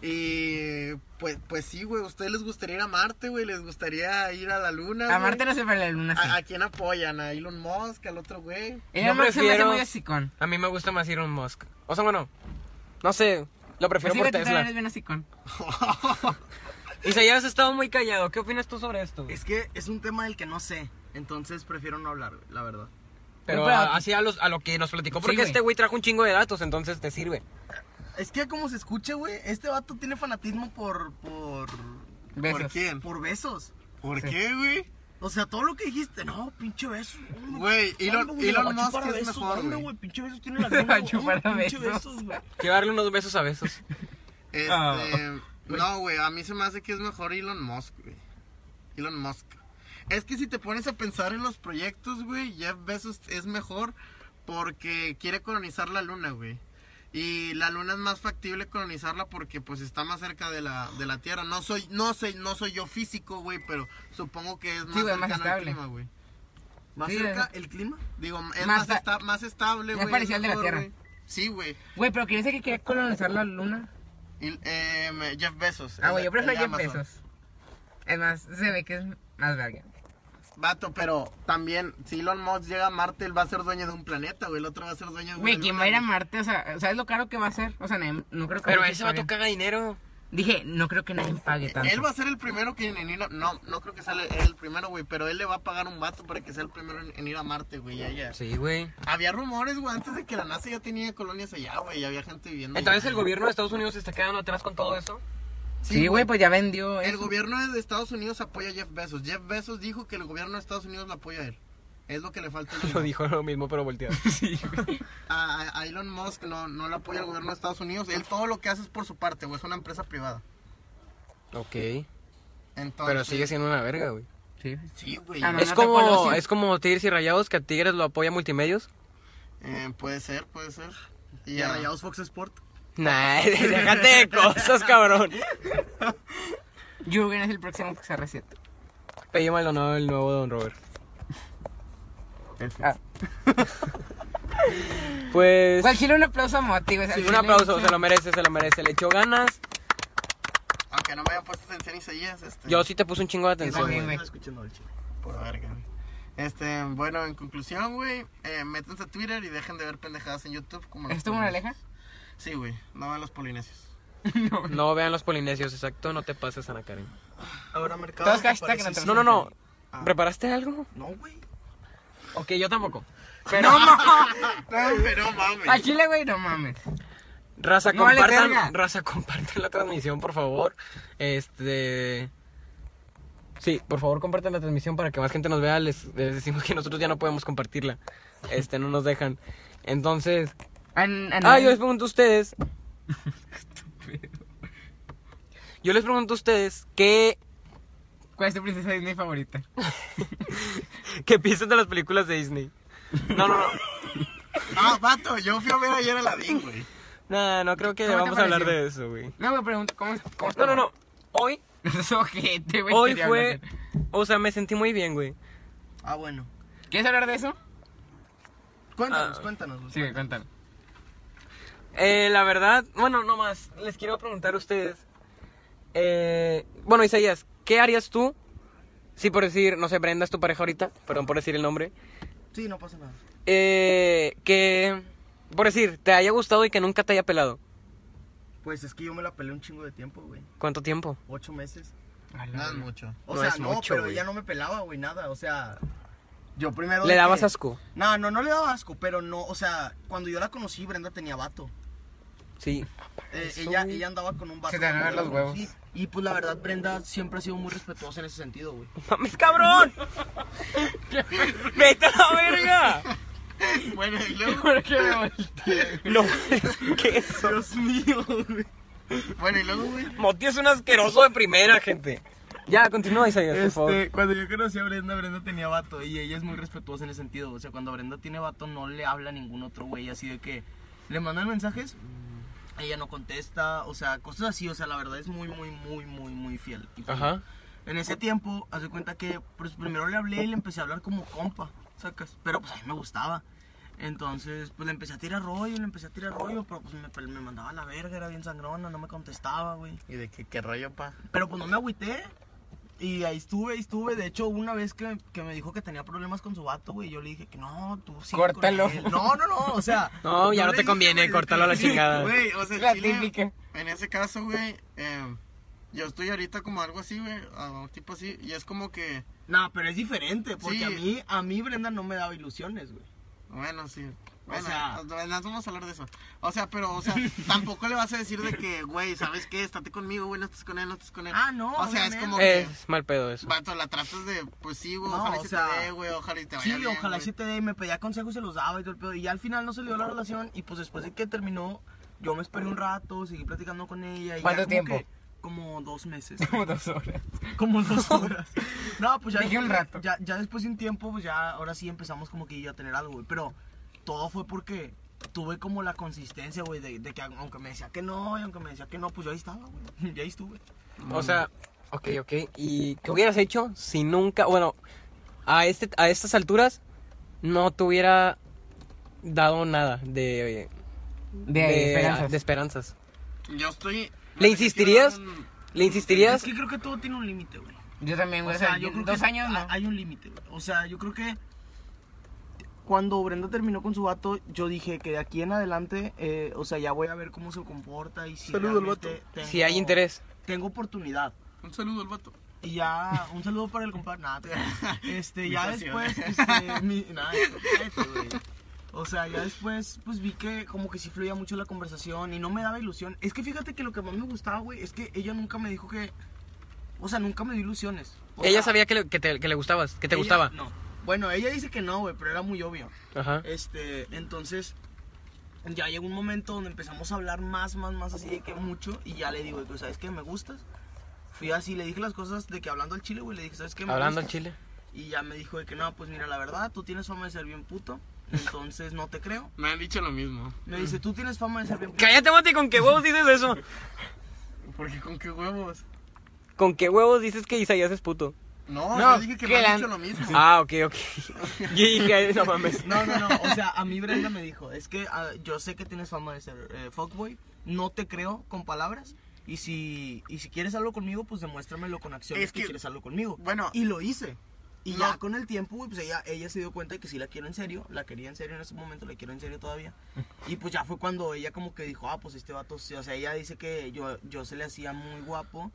Y pues, pues sí, güey. ¿Ustedes les gustaría ir a Marte, güey? ¿Les gustaría ir a la Luna?
A
güey?
Marte no se para la luna.
¿A,
Sí.
a quién apoyan? ¿A Elon Musk? ¿Al otro güey?
Yo
Elon Musk se me hace
prefiero-
muy hocicón.
A mí me gusta más Elon Musk. O sea, bueno, no sé. Lo prefiero
Así
por
que tú también eres
Tesla.
bien hocicón.
Y si ya has estado muy callado, ¿qué opinas tú sobre esto?
Es que es un tema del que no sé. Entonces prefiero no hablar, güey, la verdad.
Pero
Pero-
a- así a, los, a lo que nos platicó,
Sí,
porque
güey.
este güey trajo un chingo de datos, entonces te sirve.
Es que como se escucha, güey, este vato tiene fanatismo por. por.
¿Por
Besos.
quién?
por besos.
¿Por qué, güey?
O sea, todo lo que dijiste, no, pinche besos. hombre,
Güey, Elon-
hombre, güey,
Elon
a chupar
Musk
a
es
besos,
mejor,
hombre,
güey.
güey, pinche besos tiene la lengua,
A
güey,
chupar a
pinche
besos.
besos, güey.
Llevarle unos besos a besos.
Este,
Ah.
No, güey, a mí se me hace que es mejor Elon Musk, güey. Elon Musk. Es que si te pones a pensar en los proyectos, güey, Jeff Bezos es mejor porque quiere colonizar la luna, güey. Y la luna es más factible colonizarla porque pues está más cerca de la, de la Tierra. No soy, no sé, no soy yo físico, güey, pero supongo que es más
güey, más
cercano al
estable.
clima, güey.
Más
Sí,
cerca
güey.
el clima.
Digo, es
Más
más,
esta-
esta- más estable,
Más
güey. es
parecido al de la
mejor,
Tierra.
güey. Sí, güey.
Güey, pero quería decir que quería colonizar la luna.
Y, eh, Jeff Bezos.
Ah,
el-
güey, yo prefiero
el
Jeff
Amazon.
Bezos. Es más, se ve que es más verga.
Vato, pero también, si Elon Musk llega a Marte, él va a ser dueño de un planeta, güey. El otro va a ser dueño de un
Güey, ¿quién va a ir a Marte? O sea, ¿sabes lo caro que va a ser? O sea, nadie- no creo que
Pero
nadie
ese va a
pague.
tocar dinero.
Dije, no creo que nadie pague tanto.
Él va a ser el primero que en ir a... No, no creo que sea el- el primero, güey. Pero él le va a pagar un vato para que sea el primero en, en ir a Marte, güey. ya, ya.
Sí, güey.
Había rumores, güey, antes de que la NASA ya tenía colonias allá, güey. y había gente viviendo.
Entonces
allá.
el gobierno de Estados Unidos se está quedando atrás con todo eso.
Sí, güey, pues ya vendió
El
eso.
gobierno de Estados Unidos apoya a Jeff Bezos. Jeff Bezos dijo que el gobierno de Estados Unidos lo apoya a él. Es lo que le falta. a Elon
Lo
Musk.
dijo lo mismo, pero volteado.
A, a- a Elon Musk no, no lo apoya el gobierno de Estados Unidos. Él todo lo que hace es por su parte, güey. Es una empresa privada.
ok.
Entonces,
Pero sigue siendo una verga, güey.
Sí.
Sí, güey.
Ah, no.
Es
te puedo
como,
decir.
es como Tigres y Rayados, que a Tigres lo apoya Multimedios.
Eh, puede ser, puede ser. Y
Y a
ya,
Rayados Fox Sport.
Nah, déjate de cosas, cabrón.
Jürgen es el próximo que se receta.
Pedí Maldonado el nuevo Don Robert.
Ah.
Pues.
Cual chile un aplauso a Moti, güey. al
Un
chile,
aplauso,
sí.
se lo merece, se lo merece. Le echó ganas.
aunque no me hayan puesto atención Isaías, este.
Yo sí te puse un chingo de
Yo
atención.
también,
güey.
güey.
No escuchando al chile.
Por verga, güey. Este, bueno, en conclusión, güey, eh, métanse a Twitter y dejen de ver pendejadas en YouTube como los
¿Es tu moraleja?
polinesios. Sí, güey, no van los polinesios.
No vean los polinesios, exacto. No te pases, Ana Karen.
Ahora mercado.
Todos
¿te
hashtag
parece?
en
No, no, no. ¿Preparaste algo?
No, güey.
Ok, yo tampoco.
Pero,
No, pero
al
mames.
chile, güey, no mames.
Raza,
No vale
compartan,
verga.
raza, compartan la transmisión, por favor. Este. Sí, por favor compartan la transmisión para que más gente nos vea. Les, les decimos que nosotros ya no podemos compartirla. Este, no nos dejan. Entonces...
An- an-
Ah, yo les pregunto a ustedes... Yo les pregunto a ustedes qué,
¿Cuál es tu princesa Disney favorita?
qué piensan de las películas de Disney. No, no, no.
Ah, vato, yo fui a ver ayer a la DIN, güey.
No, no creo que
¿Cómo te
vamos a hablar
pareció?
de eso, güey.
No, me pregunto, ¿cómo es? cómo
No, no, no. Hoy,
Es ojete, güey.
hoy
quería
fue...
hablar
O sea, me sentí muy bien, güey.
Ah, bueno.
de- ¿Quieres hablar de eso?
Cuéntanos,
Ah.
cuéntanos. güey.
Sí, güey, cuéntalo.
Eh, la verdad, bueno, no más. Les quiero preguntar a ustedes. Eh, bueno, Isaías, ¿qué harías tú? Si por decir, no sé, Brenda es tu pareja ahorita, perdón por decir el nombre.
Sí, no pasa nada.
Eh, que, por decir, te haya gustado y que nunca te haya pelado.
Pues es que yo me la peleé un chingo de tiempo, güey.
¿Cuánto tiempo?
Ocho meses.
No es Ah, mucho.
O
No
sea,
es
no,
mucho,
pero
güey.
ella no me pelaba, güey, nada. O sea, yo primero.
¿Le
de
dabas
que-
asco?
No, no, no le daba asco, pero no, o sea, cuando yo la conocí, Brenda tenía vato.
Sí.
Eh,
Eso,
ella,
güey.
ella andaba con un vato.
Se te van a ver los huevos.
Sí, Y pues la verdad, Brenda siempre ha sido muy respetuosa en ese sentido, güey.
¡Mames, cabrón! ¡Vete a la verga!
Bueno, y
¿Por qué me volteé?
No, ¿qué es eso?
Dios mío, güey. Bueno, y luego, güey.
Moti es un asqueroso de primera, gente. Ya, continúa, Isaías, por favor.
Este, cuando yo conocí a Brenda, Brenda tenía vato y ella es muy respetuosa en ese sentido. O sea, cuando Brenda tiene vato no le habla a ningún otro güey, así de que le mandan mensajes, ella no contesta, o sea, cosas así. O sea, la verdad es muy, muy, muy, muy, muy fiel. Y pues,
Ajá.
En ese tiempo, hace cuenta que pues, primero le hablé y le empecé a hablar como compa, sacas. Pero pues a mí me gustaba. Entonces, pues le empecé a tirar rollo, le empecé a tirar rollo, pero pues me, me mandaba a la verga, era bien sangrona, no me contestaba, güey.
Y de que, qué rollo, pa.
Pero pues no me agüité. Y ahí estuve, ahí estuve. De hecho, una vez que, que me dijo que tenía problemas con su vato, güey, yo le dije que no, tú sí.
Córtalo.
No, no, no, o sea.
No, ya
yo
no
le
te
dije,
conviene,
güey, de
córtalo a la
que-
chingada.
Güey, o sea,
La
chile,
típica.
En ese caso, güey, eh, yo estoy ahorita como algo así, güey, ah, tipo así, y es como que,
No, pero es diferente, porque
Sí.
a mí, a mí Brenda no me daba ilusiones, güey.
bueno, sí.
O
Bueno,
sea-
nos- nos vamos a hablar de eso. O sea, pero, o sea, tampoco le vas a decir de que, güey, ¿sabes qué? Estate conmigo, güey, no estés con él, no estés con él.
Ah, no,
O sea, es
obviamente.
como
Eh.
que,
Es mal pedo eso.
vato, la tratas de, pues sí, güey,
No,
ojalá
o
y se
sea,
te dé, güey, ojalá y te vaya
Sí,
bien,
ojalá
güey.
sí te dé, y me pedía consejos, se los daba y todo el pedo. Y ya al final no se le dio la relación. Y pues después de que terminó, yo me esperé un rato, seguí platicando con ella. Y ya
¿Cuánto
como
tiempo?
que- como dos meses.
Como dos horas.
Como dos horas. No, pues ya,
Dije un
después-
rato.
ya, ya después de un tiempo, pues ya ahora sí empezamos como que a tener algo, güey. Pero todo fue porque tuve como la consistencia, güey, de, de que aunque me decía que no, y aunque me decía que no, pues yo ahí estaba, güey. Ya ahí estuve.
O sea, ok, ok. ¿Y qué hubieras hecho si nunca, bueno, a, este, a estas alturas no te hubiera dado nada de, ah,
De, esperanzas.
de esperanzas?
Yo estoy...
¿Le insistirías?
quiero dar un-
¿Le insistirías?
Es que creo que todo tiene un límite, güey.
Yo también, güey.
O sea, yo creo
Pues dos
que
años no.
ha- hay un límite, güey. O sea, yo creo que cuando Brenda terminó con su vato, yo dije que de aquí en adelante, eh, o sea, ya voy a ver cómo se comporta y si
Saludo al
realmente
vato.
tengo-
Si hay interés.
Tengo oportunidad.
Un saludo al vato.
Y ya, un saludo para el compadre. Nada, te Este,
Mi
ya
socio.
después, este, mi- nada, cállate, güey. O sea, ya después, pues vi que como que sí fluía mucho la conversación y no me daba ilusión. Es que fíjate que lo que más me gustaba, güey, es que ella nunca me dijo que. O sea, nunca me dio ilusiones. O
Ella
sea,
sabía que le, que te- que le gustabas, que te
ella-
gustaba.
No. Bueno, ella dice que no, güey, pero era muy obvio.
Ajá.
Este, entonces, ya llegó un momento donde empezamos a hablar más, más, más así de que mucho. Y ya le digo, güey, ¿sabes qué? Me gustas. Fui así, le dije las cosas de que hablando al chile, güey, le dije, ¿sabes qué? Me
Hablando al
gustas".
chile.
Y ya me dijo de que no, pues mira, la verdad, tú tienes fama de ser bien puto. Entonces no te creo.
Me han dicho lo mismo.
Me dice, tú tienes fama de ser bien puto.
Cállate, Mati, ¿con qué huevos dices eso?
Porque con qué huevos.
¿Con qué huevos dices que Isaías es puto?
No,
No,
yo dije que
que
me han
la-
dicho lo mismo.
Ah, ok, ok. Yo dije, no mames.
pues, No, no, no. O sea, a mí Brenda me dijo, es que ah, yo sé que tienes fama de ser eh, fuckboy. No te creo con palabras. Y si, y si quieres algo conmigo, pues demuéstramelo con acciones
Es
que,
que-
quieres algo conmigo.
bueno.
Y lo hice. Y
No.
ya con el tiempo, güey, pues ella, ella se dio cuenta de que sí la quiero en serio. La quería en serio en ese momento, la quiero en serio todavía. Y pues ya fue cuando ella como que dijo, ah, pues este vato, sí. o sea, ella dice que yo, yo se le hacía muy guapo.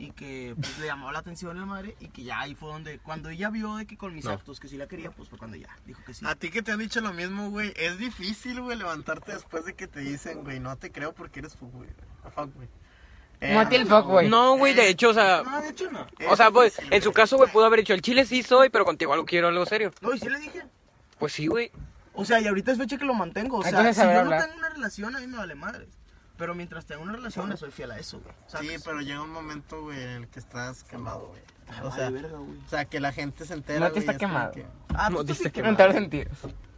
Y que pues, le llamaba la atención a la madre. Y que ya ahí fue donde, cuando ella vio de que con mis actos que sí la quería, pues fue cuando ya dijo que sí.
A ti que te han dicho lo mismo, güey. Es difícil, güey, levantarte después de que te dicen, güey, no te creo porque eres fuck, güey. Fuck, güey. Eh,
Moti el fuck, güey.
No, güey, de hecho, o sea.
Ah,
No, de hecho no.
O sea, pues, en su caso, güey, pudo haber dicho, el chile sí soy, pero contigo algo quiero, algo serio.
No, y sí le dije.
Pues sí, güey.
O sea, y ahorita es fecha que lo mantengo. O sea,
Entonces,
si
a ver,
yo
habla.
no tengo una relación, a mí me vale madres. Pero mientras tengo una relación, le soy fiel a eso, güey.
Sí,
¿Sabes?
pero llega un momento, güey, en el que estás quemado, güey. O
Vale,
sea,
verga, güey.
o sea, que la gente se entera.
Moti
güey,
está
es como
quemado.
que-
Ah,
No,
tú
dice
sí
que
que-
En todos los sentidos.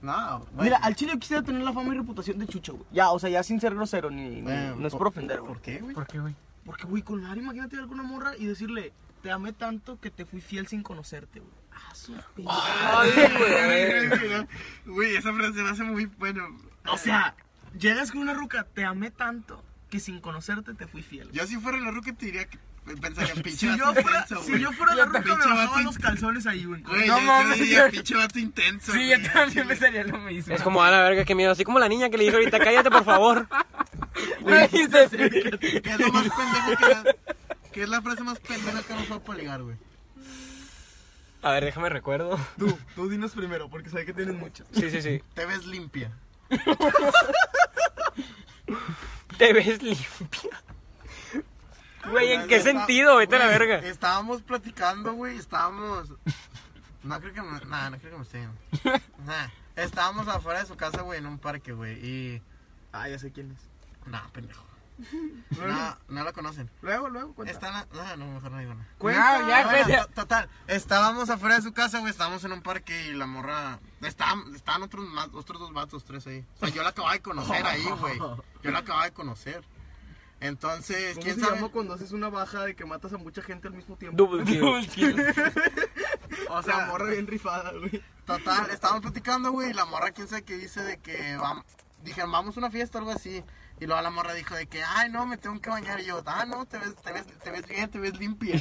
No, güey.
Mira, al chile yo quisiera tener la fama y reputación de Chucho, güey. Ya, o sea, ya sin ser grosero, ni, ni-
Eh,
no es por ofender, güey.
¿Por qué, güey?
¿Por qué, güey?
Porque, güey, con Mari, imagínate ir con una morra y decirle, te amé tanto que te fui fiel sin conocerte, güey. Ah, su pinche-
Ay, güey.
Güey, esa frase se me hace muy bueno.
O sea, llegas con una ruca, te amé tanto que sin conocerte te fui fiel.
Yo si fuera la ruca te diría que pensaría, pinche
Si
vato
yo fuera,
intenso,
si
güey.
yo fuera la ruca, me
Pinche vato
bajaban
in-
los calzones ahí, güey.
Güey,
No
yo-
mames,
yo diría,
yo-
pinche vato intenso.
Sí,
güey,
yo también
chile.
pensaría lo mismo.
Es como a la verga, qué miedo. Así como la niña que le dijo ahorita, cállate, por favor.
Me dices,
Que es lo más pendejo que la... Que es la frase más pendeja que hemos usado para ligar, güey.
A ver, déjame recuerdo.
Tú, tú dinos primero, porque sé que tienes muchas.
Sí, sí, sí.
Te ves limpia.
Te ves limpia. Güey, ¿en qué sentido? Vete a la
Güey,
verga.
Estábamos platicando, güey. Estábamos. No creo que me. Nah, no creo que me estén. Nah. Estábamos afuera de su casa, güey, en un parque, güey. Y.
Ah, ya sé quién es.
Nah, pendejo. Nah, no la conocen.
Luego, luego, cuenta.
Están. a- Nah, no, mejor no digo nada.
No, ya,
Bueno,
cuenta.
to- total, estábamos afuera de su casa, güey, estábamos en un parque y la morra... Estaban, estaban otros, más, otros dos vatos, tres ahí. O sea, yo la acababa de conocer ahí, güey. Yo la acababa de conocer. Entonces,
¿Cómo
¿quién
se
sabe?
llama cuando haces una baja de que matas a mucha gente al mismo tiempo?
Double kill.
O
O sea,
sea,
la morra bien rifada, güey.
total, estábamos platicando, güey, y la morra, quién sabe qué dice de que vamos... Dijeron, vamos a una fiesta o algo así. Y luego la morra dijo de que, ay, no, me tengo que bañar. Y yo, ah, no, te ves, te ves, te ves bien, te ves limpia.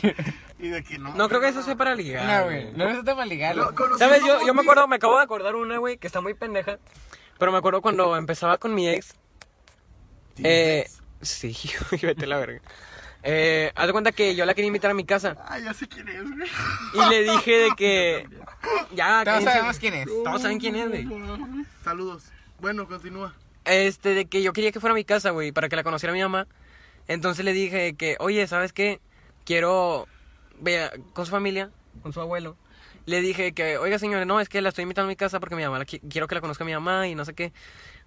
Y de que no.
No creo que eso
no,
sea para ligar.
No, güey. No necesito para ligarlo.
¿Sabes? Yo, yo me acuerdo, me acabo de acordar una, güey, que está muy pendeja. Pero me acuerdo cuando empezaba con mi ex. Eh, sí, güey, vete a la verga. Eh, haz de cuenta que yo la quería invitar a mi casa.
Ah,
Ay, ya sé quién es, güey.
Y le dije de que. Ya,
Todos
cállense.
sabemos quién es.
Todos saben quién es, güey.
Saludos. Bueno, continúa.
Este, de que yo quería que fuera a mi casa, güey, para que la conociera mi mamá. Entonces le dije de que, oye, ¿sabes qué? Quiero. Vea, con su familia, con su abuelo. Le dije que, oiga, señores, no, es que la estoy invitando a mi casa porque mi mamá, la qui- quiero que la conozca mi mamá y no sé qué.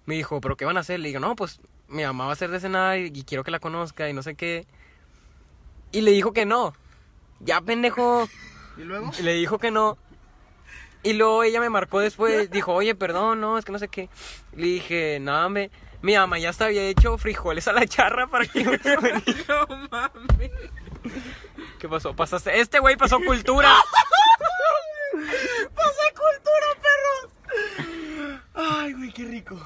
Me dijo, ¿pero qué van a hacer? Le digo, no, pues mi mamá va a hacer de cenar y, y quiero que la conozca y no sé qué. Y le dijo que no. Ya, pendejo.
¿Y luego?
Y le dijo que no. Y luego ella me marcó después, dijo, oye, perdón, no, es que no sé qué. Le dije, no, me, mi mamá ya hasta había hecho frijoles a la charra para que yo hubiese venido".
No mames.
¿Qué pasó? Pasaste, este güey pasó cultura.
Ay, güey, qué rico.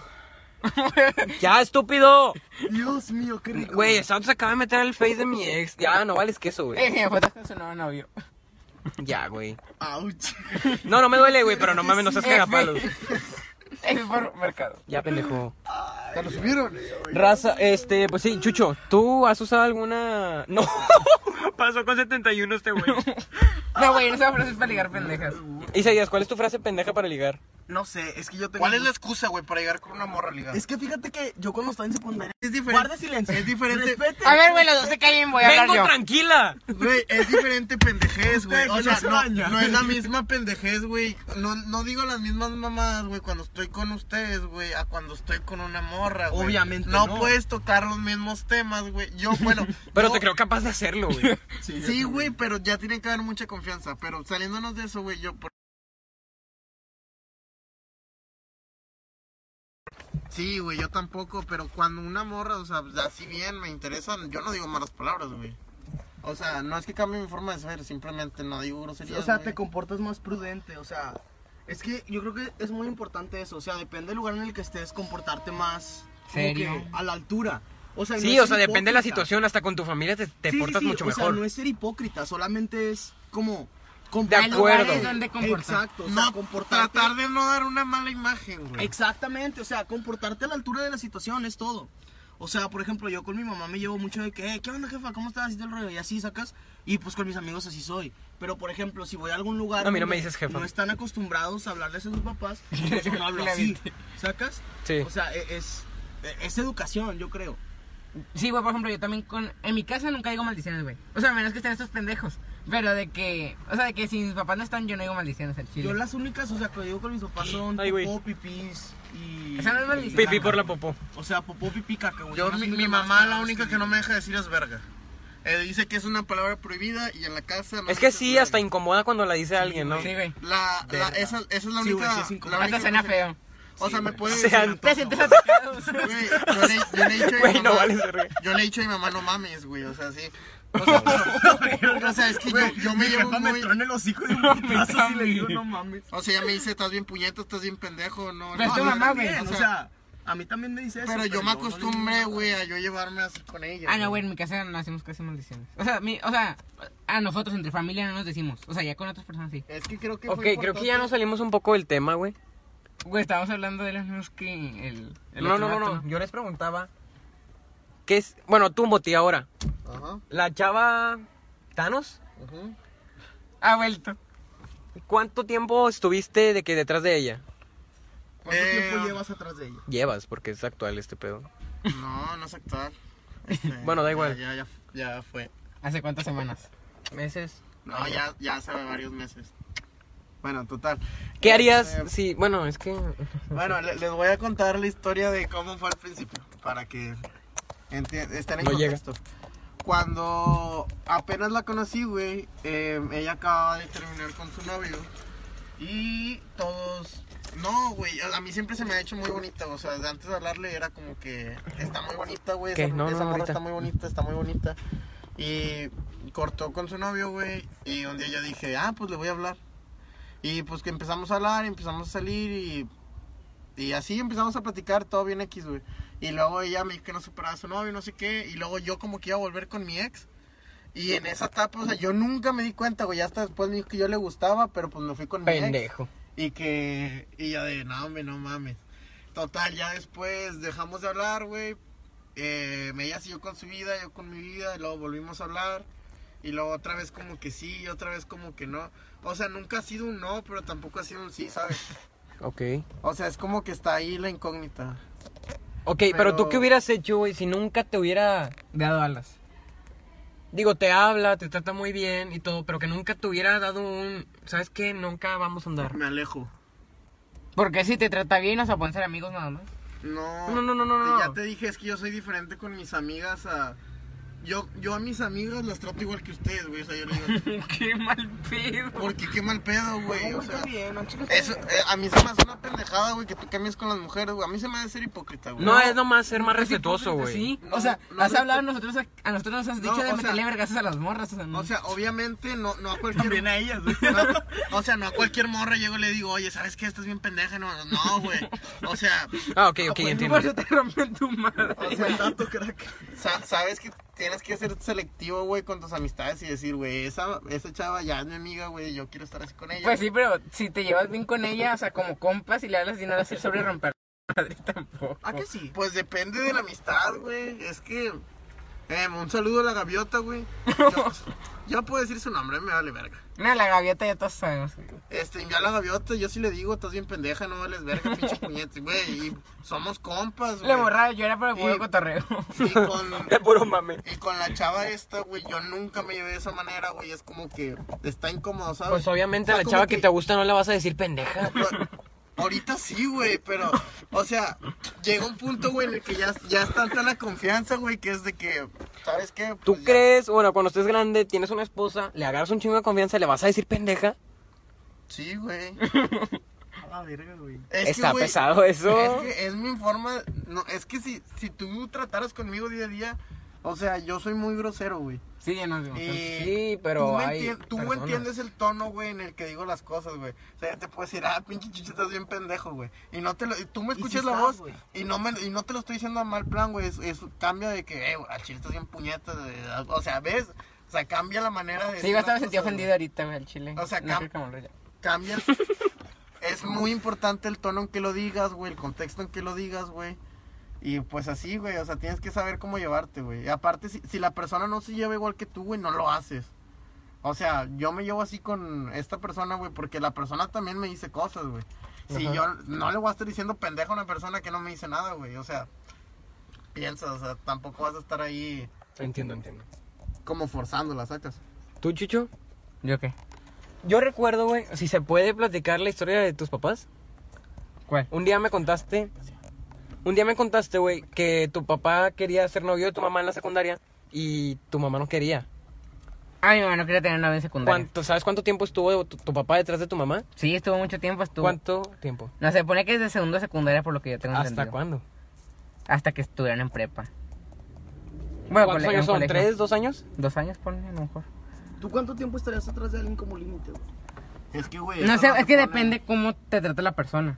ya, estúpido.
Dios mío, qué rico.
Güey, Santos acaba de meter el face de mi ex. Ya, no vales queso,
Eh,
güey.
me fotaste con su nuevo novio.
Ya, güey.
Ouch.
No, no me duele, güey, pero no mames, no seas
Eh,
cagapalos.
Es por mercado.
Ya, pendejo.
Te lo subieron.
Raza, este, pues sí, Chucho, ¿tú has usado alguna...? No. pasó con 71 este güey.
No, güey, no se va a ofrecer para ligar pendejas.
Isaías, ¿cuál es tu frase pendeja para ligar?
No sé, es que yo tengo.
¿Cuál es la excusa, güey, para llegar con una morra ligada?
Es que fíjate que yo cuando estaba en secundaria.
Es
Guarda silencio.
Es diferente.
Respete.
A ver, güey, los dos se callen, voy a hablar
¡Vengo
yo.
tranquila!
Güey, es diferente pendejez, güey.
Usted que
O
no
sea,
se
no,
baña.
no es la misma pendejez, güey. No, no digo las mismas mamadas, güey, cuando estoy con ustedes, güey, a cuando estoy con una morra, güey.
Obviamente no.
No puedes tocar los mismos temas, güey. Yo, bueno.
Pero
yo-
te creo capaz de hacerlo, güey.
Sí, güey, pero ya tienen que haber mucha confianza. Pero saliéndonos de eso, güey, yo. por- Sí, güey, yo tampoco, pero cuando una morra, o sea, pues, así bien me interesan, yo no digo malas palabras, güey. O sea, no es que cambie mi forma de ser, simplemente no digo groserías.
O sea,
güey.
te comportas más prudente, o sea, es que yo creo que es muy importante eso, o sea, depende del lugar en el que estés, comportarte más como
Serio.
que a la altura. O sea, y no
Sí,
es
o sea,
ser
depende de la
hipócrita.
situación. Hasta con tu familia te, te
Sí, sí,
portas
sí,
mucho
o
mejor.
sea, no es ser hipócrita, solamente es como
De acuerdo.
lugares donde comportar.
Exacto, o sea,
no
comportarte
tratar de no dar una mala imagen, güey.
Exactamente, o sea, comportarte a la altura de la situación es todo. O sea, por ejemplo, yo con mi mamá me llevo mucho de que, "Eh, ¿qué onda, jefa? ¿Cómo estás? Así el rollo. Y así sacas. Y pues con mis amigos así soy. Pero por ejemplo, si voy a algún lugar.
A mí no me
donde
dices jefa.
No están acostumbrados a hablarles a sus papás. pues, yo no hablo así. ¿Sacas?
Sí.
O sea, e- es, e- es educación, yo creo.
Sí, güey, por ejemplo, yo también con... En mi casa nunca digo maldiciones, güey. O sea, a menos que estén estos pendejos. Pero de que... O sea, de que si mis papás no están, yo no digo maldiciones al chile.
Yo las únicas, o sea, que digo con mis papás son
Ay, güey.
popó, pipís y...
Esa no es maldición.
Pipí por la popó.
O sea, popó, pipí, caca, güey.
Yo,
Son las
mi,
únicas
mi
más
mamá la
palabras
única que no me deja decir es verga. Eh, dice que es una palabra prohibida y en la casa... no
Es que
dices
sí,
verga.
hasta incomoda cuando la dice alguien, ¿no?
Sí, güey.
La, la,
Verga.
esa, esa es la
Sí,
única...
güey, sí es incómodo.
la
Hasta
única
suena
cosa-
feo.
O sea, me puede
O
decir...
sea,
antojo,
Te sientes atacado.
Güey, yo le, yo le he dicho a mi
Güey, no
mamá-
vale ese rey.
Yo le he dicho a mi mamá, no mames, güey, o sea, sí. O sea, pero- o sea, es que yo, yo me
Mi
llevo
jefa me
muy...
trona el hocico de un putazo y le digo, no mames.
O sea, ella me dice, estás bien puñeta, estás bien pendejo, no...
Pero
no,
es tu
no,
mamá, güey,
Bien,
o
o
sea,
sea, a mí también me dice eso.
Pero yo
no
me
le digo
acostumbré,
nada.
güey, a yo llevarme así con ella.
Ah, no, güey, en mi casa no hacemos casi maldiciones. O sea, mi, o sea, a nosotros entre familia no nos decimos. O sea, ya con otras personas sí.
Es que creo que
Ok,
fue
creo que ya
importante.
nos salimos un poco del tema, güey.
Güey, estábamos hablando de los mismos que el... el
No,
otro
no, no,
vato,
no. Yo les preguntaba. ¿Qué es? Bueno, tú, Moti, ahora.
Ajá,
La chava Thanos,
ajá.
Ha vuelto.
¿cuánto tiempo estuviste de que detrás de ella?
¿Cuánto
Eh,
tiempo llevas atrás de ella?
Llevas, porque es actual este pedo.
No, no es actual. Este,
Bueno, da
ya-
igual.
Ya, ya, ya fue.
¿Hace cuántas semanas?
Meses.
No, ya, ya hace varios meses. Bueno, total.
¿Qué harías
Este,
si.? Bueno, es que.
Bueno, le- les voy a contar la historia de cómo fue al principio, para que enti- estén en
No llega.
contexto. Cuando apenas la conocí, güey, eh, ella acababa de terminar con su novio y todos... No, güey, a a mí siempre se me ha hecho muy bonita, o sea, desde antes de hablarle era como que está muy bonita, güey,
¿Qué?
esa,
No, no,
esa morra
ahorita.
está muy bonita, está muy bonita. Y cortó con su novio, güey, y un día yo dije, ah, pues le voy a hablar. Y pues que empezamos a hablar, empezamos a salir y y así empezamos a platicar, todo bien X, güey. Y luego ella me dijo que no superaba a su novio, no sé qué. Y luego yo como que iba a volver con mi ex. Y en esa etapa, o sea, yo nunca me di cuenta, güey. Hasta después me dijo que yo le gustaba, pero pues me fui con mi ex.
Pendejo.
Y que... Y yo de, no, hombre, no mames. Total, ya después dejamos de hablar, güey. Eh, ella siguió con su vida, yo con mi vida. Y luego volvimos a hablar. Y luego otra vez como que sí, y otra vez como que no. O sea, nunca ha sido un no, pero tampoco ha sido un sí, ¿sabes?
Ok.
O sea, es como que está ahí la incógnita.
Ok, pero, tú
Pero-
qué hubieras hecho, güey, si nunca te hubiera dado alas. Digo, te habla, te trata muy bien y todo, pero que nunca te hubiera dado un. ¿Sabes qué? Nunca vamos a andar.
Me alejo.
Porque si te trata bien, o sea, pueden ser amigos nada más.
No.
No, no, no, no, no.
Ya te dije, es que yo soy diferente con mis amigas a... Yo, yo a mis amigas las trato igual que ustedes, güey. O sea, yo les digo,
Qué mal pedo.
porque qué mal pedo, güey. O sea,
Bien, al chile está
eso, eh, a mí se me hace una pendejada, güey, que tú cambies con las mujeres, güey. A mí se me hace ser hipócrita, güey.
No, es nomás ser más respetuoso, güey.
Sí,
No,
o sea,
no,
has
no,
hablado a
no.
nosotros, a nosotros nos
No,
has dicho de
o sea-
meterle vergazos a las morras, o sea, no.
O sea, obviamente no, no a cualquier...
Bien a ellas, güey.
no, o sea, no a cualquier morra llego y le digo, oye, ¿sabes qué? Estás bien pendeja. No, no, güey. O sea,
Ah, ok, ok,
Pues,
entiendo.
por eso te rompen tu madre.
O sea, tanto crack. Sa- sabes que tienes que ser selectivo, güey, con tus amistades y decir, güey, esa, esa chava ya es mi amiga, güey, yo quiero estar así con ella.
Pues sí, pero si te llevas bien con ella, o sea, como compas y le hablas y no vas a sobre romper tu madre tampoco.
¿A qué sí?
Pues depende de la amistad, güey. Es que. em, un saludo a la gaviota, güey. Yo, yo puedo decir su nombre, me vale verga.
No, la gaviota ya todos sabemos.
Este, yo a la gaviota, yo sí le digo, estás bien pendeja, no vales verga, pinche puñete, güey. Y somos compas, güey.
Le borraba, yo era por el
Sí.
puro cotorreo.
Y con,
Es puro mame.
y con la chava esta, güey, yo nunca me llevé de esa manera, güey. Es como que está incómodo, ¿sabes?
Pues obviamente
O
a
sea,
la
como
chava que te gusta no le vas a decir pendeja.
Lo- Ahorita sí, güey, pero, o sea, llega un punto, güey, en el que ya, ya está tanta la confianza, güey, que es de que, ¿sabes qué?
¿Tú
Pues ya.
crees, bueno, cuando estés grande, tienes una esposa, le agarras un chingo de confianza, le vas a decir pendeja?
Sí, güey.
A la verga, güey.
Es que,
Está
güey,
pesado eso.
Es que es mi forma, no, es que si, si tú trataras conmigo día a día, o sea, yo soy muy grosero, güey.
Sí, ya nos vimos.
Y
Sí, pero
tú, me
hay
entien- tú
personas.
entiendes el tono, güey, en el que digo las cosas, güey. O sea, ya te puedo decir, ah, pinche chicho, estás bien pendejo, güey. Y no te lo, y tú me
si
escuchas la
estás,
voz
güey.
y no me, y no te lo estoy diciendo a mal plan, güey. Es, es- cambia de que, eh, güey, al chile estás bien puñeta, de- o sea, ves, o sea, cambia la manera de.
Sí,
decir
vas a
las
estar sentido
cosas,
ofendido ahorita, güey, al chile.
O sea,
No
cam-
creo que me lo haya.
güey. Cambia. el- es muy importante el tono en que lo digas, güey, el contexto en que lo digas, güey. Y pues así, güey, o sea, tienes que saber cómo llevarte, güey. Y aparte, si, si la persona no se lleva igual que tú, güey, no lo haces. O sea, yo me llevo así con esta persona, güey, porque la persona también me dice cosas, güey. Si yo no le voy a estar diciendo pendejo a una persona que no me dice nada, güey, o sea, piensas, o sea, tampoco vas a estar ahí
Entiendo, entiendo.
como forzándola, sacas.
¿Tú, Chicho?
¿Yo qué?
Yo recuerdo, güey, si se puede platicar la historia de tus papás.
¿Cuál?
Un día me contaste. Un día me contaste, güey, que tu papá quería ser novio de tu mamá en la secundaria y tu mamá no quería.
Ah, mi mamá no quería tener novia en secundaria.
¿Cuánto, ¿Sabes cuánto tiempo estuvo tu, tu papá detrás de tu mamá?
Sí, estuvo mucho tiempo, estuvo.
¿Cuánto tiempo?
No, se supone que es de segundo de secundaria por lo que yo tengo entendido.
¿Hasta cuándo?
Hasta que estuvieron en prepa. Bueno,
¿Cuántos
cole- en
años son?
colegio.
¿Tres, dos años?
Dos años, ponle, a lo mejor.
¿Tú cuánto tiempo estarías atrás de alguien como límite, güey?
Es que, güey.
No
eso
sé,
se
es que
pone-
depende cómo te trata la persona.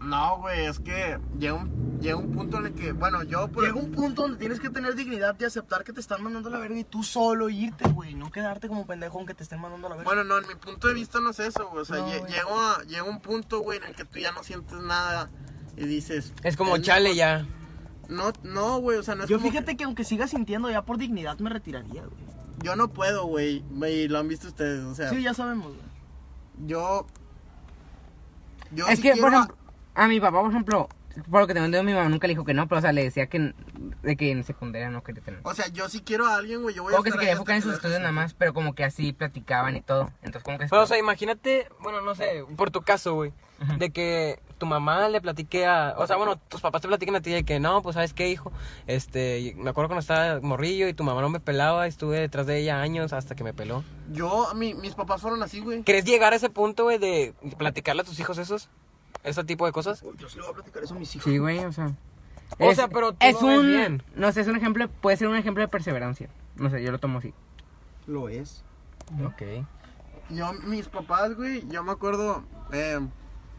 No, güey, es que llega un, llega un punto en el que, bueno, yo por
Llega un punto donde tienes que tener dignidad de aceptar que te están mandando a la verga y tú solo irte, güey. No quedarte como pendejo aunque te estén mandando a la verga.
Bueno, no, en mi punto de vista no es eso, güey. O sea,
No,
lle-
güey.
llego a- llega un punto, güey, en el que tú ya no sientes nada y dices.
Es como
mi-
chale ya.
No, no, güey, o sea, no es
yo
como que-
fíjate que... aunque siga sintiendo ya por dignidad me retiraría, güey.
yo no puedo, güey. Y lo han visto ustedes, o sea.
Sí, ya sabemos, güey.
Yo. Yo
es
sí
que, por
quiero-
ejemplo, a mi papá, por ejemplo, por lo que tengo entendido, mi mamá nunca le dijo que no, pero o sea, le decía que, n- de que en secundaria no quería tener.
O sea, yo sí quiero a alguien, güey. Yo voy a
O que se
estar ahí
quería
hasta
enfocar en
que
sus
lo
estudios
dejes.
nada más, pero como que así platicaban y todo. Entonces, como que.
Pero, o sea, imagínate, bueno, no sé, por tu caso, güey, de que tu mamá le platique a, o sea, bueno, tus papás te platiquen a ti de que no, pues, ¿sabes qué, hijo? Este, y me acuerdo cuando estaba morrillo y tu mamá no me pelaba, estuve detrás de ella años hasta que me peló.
Yo, mi- mis papás fueron así, güey.
¿Crees llegar a ese punto, güey, de platicarle a tus hijos esos? Ese tipo de cosas.
Uy, Yo sí le voy a platicar eso a mis hijos.
Sí, güey, o sea.
O sea, pero tú
es
lo ves
un.
bien.
No sé, es un ejemplo, puede ser un ejemplo de perseverancia. No sé, yo lo tomo así.
Lo es.
Ok.
Yo, mis papás, güey, yo me acuerdo. eh,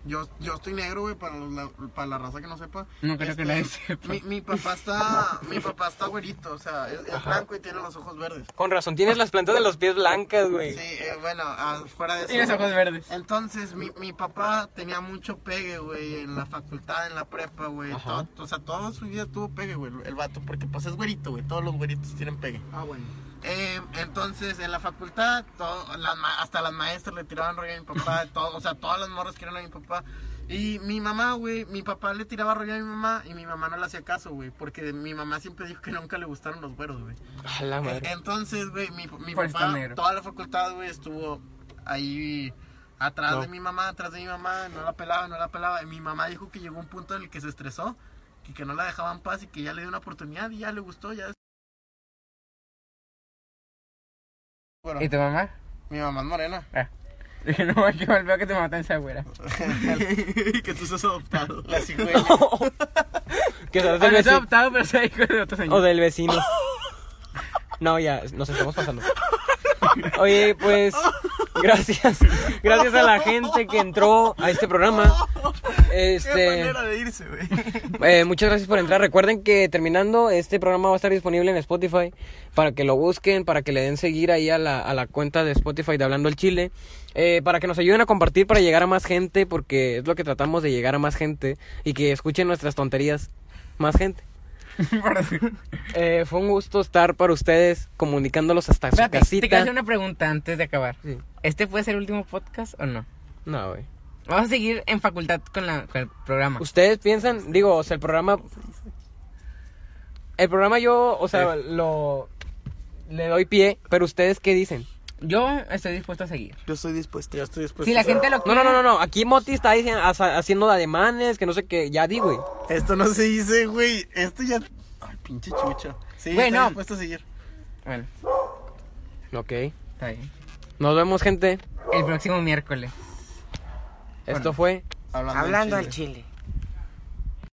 yo, yo estoy negro, güey, para la, para la raza que no sepa. Este,
No creo que nadie sepa.
Mi, mi papá está. mi papá está güerito, o sea, es, es blanco y tiene los ojos verdes.
Con razón, tienes las plantas de los pies blancas, güey.
Sí, eh, bueno, ah, fuera de eso.
Tienes ojos verdes.
Entonces, mi, mi papá tenía mucho pegue, güey, en la facultad, en la prepa, güey.
Ajá.
Todo- o sea, toda su vida tuvo pegue, güey, el vato, porque pues es güerito, güey. Todos los güeritos tienen pegue.
Ah, bueno.
Eh, entonces, en la facultad, todo- las ma- hasta las maestras le tiraban rollo a mi papá, todo, o sea, todas las morras querían a mi papá. Y mi mamá, güey, mi papá le tiraba rollo a mi mamá y mi mamá no le hacía caso, güey, porque mi mamá siempre dijo que nunca le gustaron los güeros, güey.
A la
Ah,
madre.
E-, Entonces, güey, mi, mi
Por estar
papá,
negro.
toda la facultad, güey, estuvo ahí atrás
No.
de mi mamá, atrás de mi mamá, no la pelaba, no la pelaba. Y mi mamá dijo que llegó un punto en el que se estresó, que, que no la dejaban paz y que ya le dio una oportunidad y ya le gustó, ya. Bueno,
¿Y tu mamá?
mi mamá es morena.
Ah. Dije, no, güey, qué mal veo que te matan esa güera.
que tú seas adoptado. La cigüeña.
Que
Ah,
seas
No
del
es
vecino.
adoptado, pero soy hijo de otro
O
señor.
del vecino. No, ya, nos estamos pasando. Oye, pues, gracias. Gracias a la gente que entró a este programa. Este,
de irse, güey.
eh, muchas gracias por entrar. Recuerden que terminando, este programa va a estar disponible en Spotify para que lo busquen, para que le den seguir ahí a la, a la cuenta de Spotify de Hablando el Chile, eh, para que nos ayuden a compartir para llegar a más gente, porque es lo que tratamos de llegar a más gente y que escuchen nuestras tonterías más gente. Eh, fue un gusto estar para ustedes comunicándolos hasta su
Espérate, te quiero
casita.
hacer una pregunta antes de acabar.
Sí.
¿Este puede ser el último podcast o no?
No, güey.
Vamos a seguir en facultad con, la, con el programa.
Ustedes piensan, digo, o sea, el programa. El programa yo, o sea,
Eh.
lo. Le doy pie, pero ustedes qué dicen.
Yo estoy dispuesto a seguir.
Yo estoy dispuesto.
Ya estoy después.
si la gente lo
Pues No, no, no, no, no. Aquí Moti está diciendo, haza- haciendo ademanes, que no sé qué. Ya di, güey.
Esto no se dice, güey. Esto ya. Ay, pinche chucho. Sí,
Güey,
estoy
no.
dispuesto a seguir.
Bueno,
Ok.
está bien.
Nos vemos, gente.
El próximo miércoles.
Esto fue.
Hablando, al
Hablando
chile.
al chile.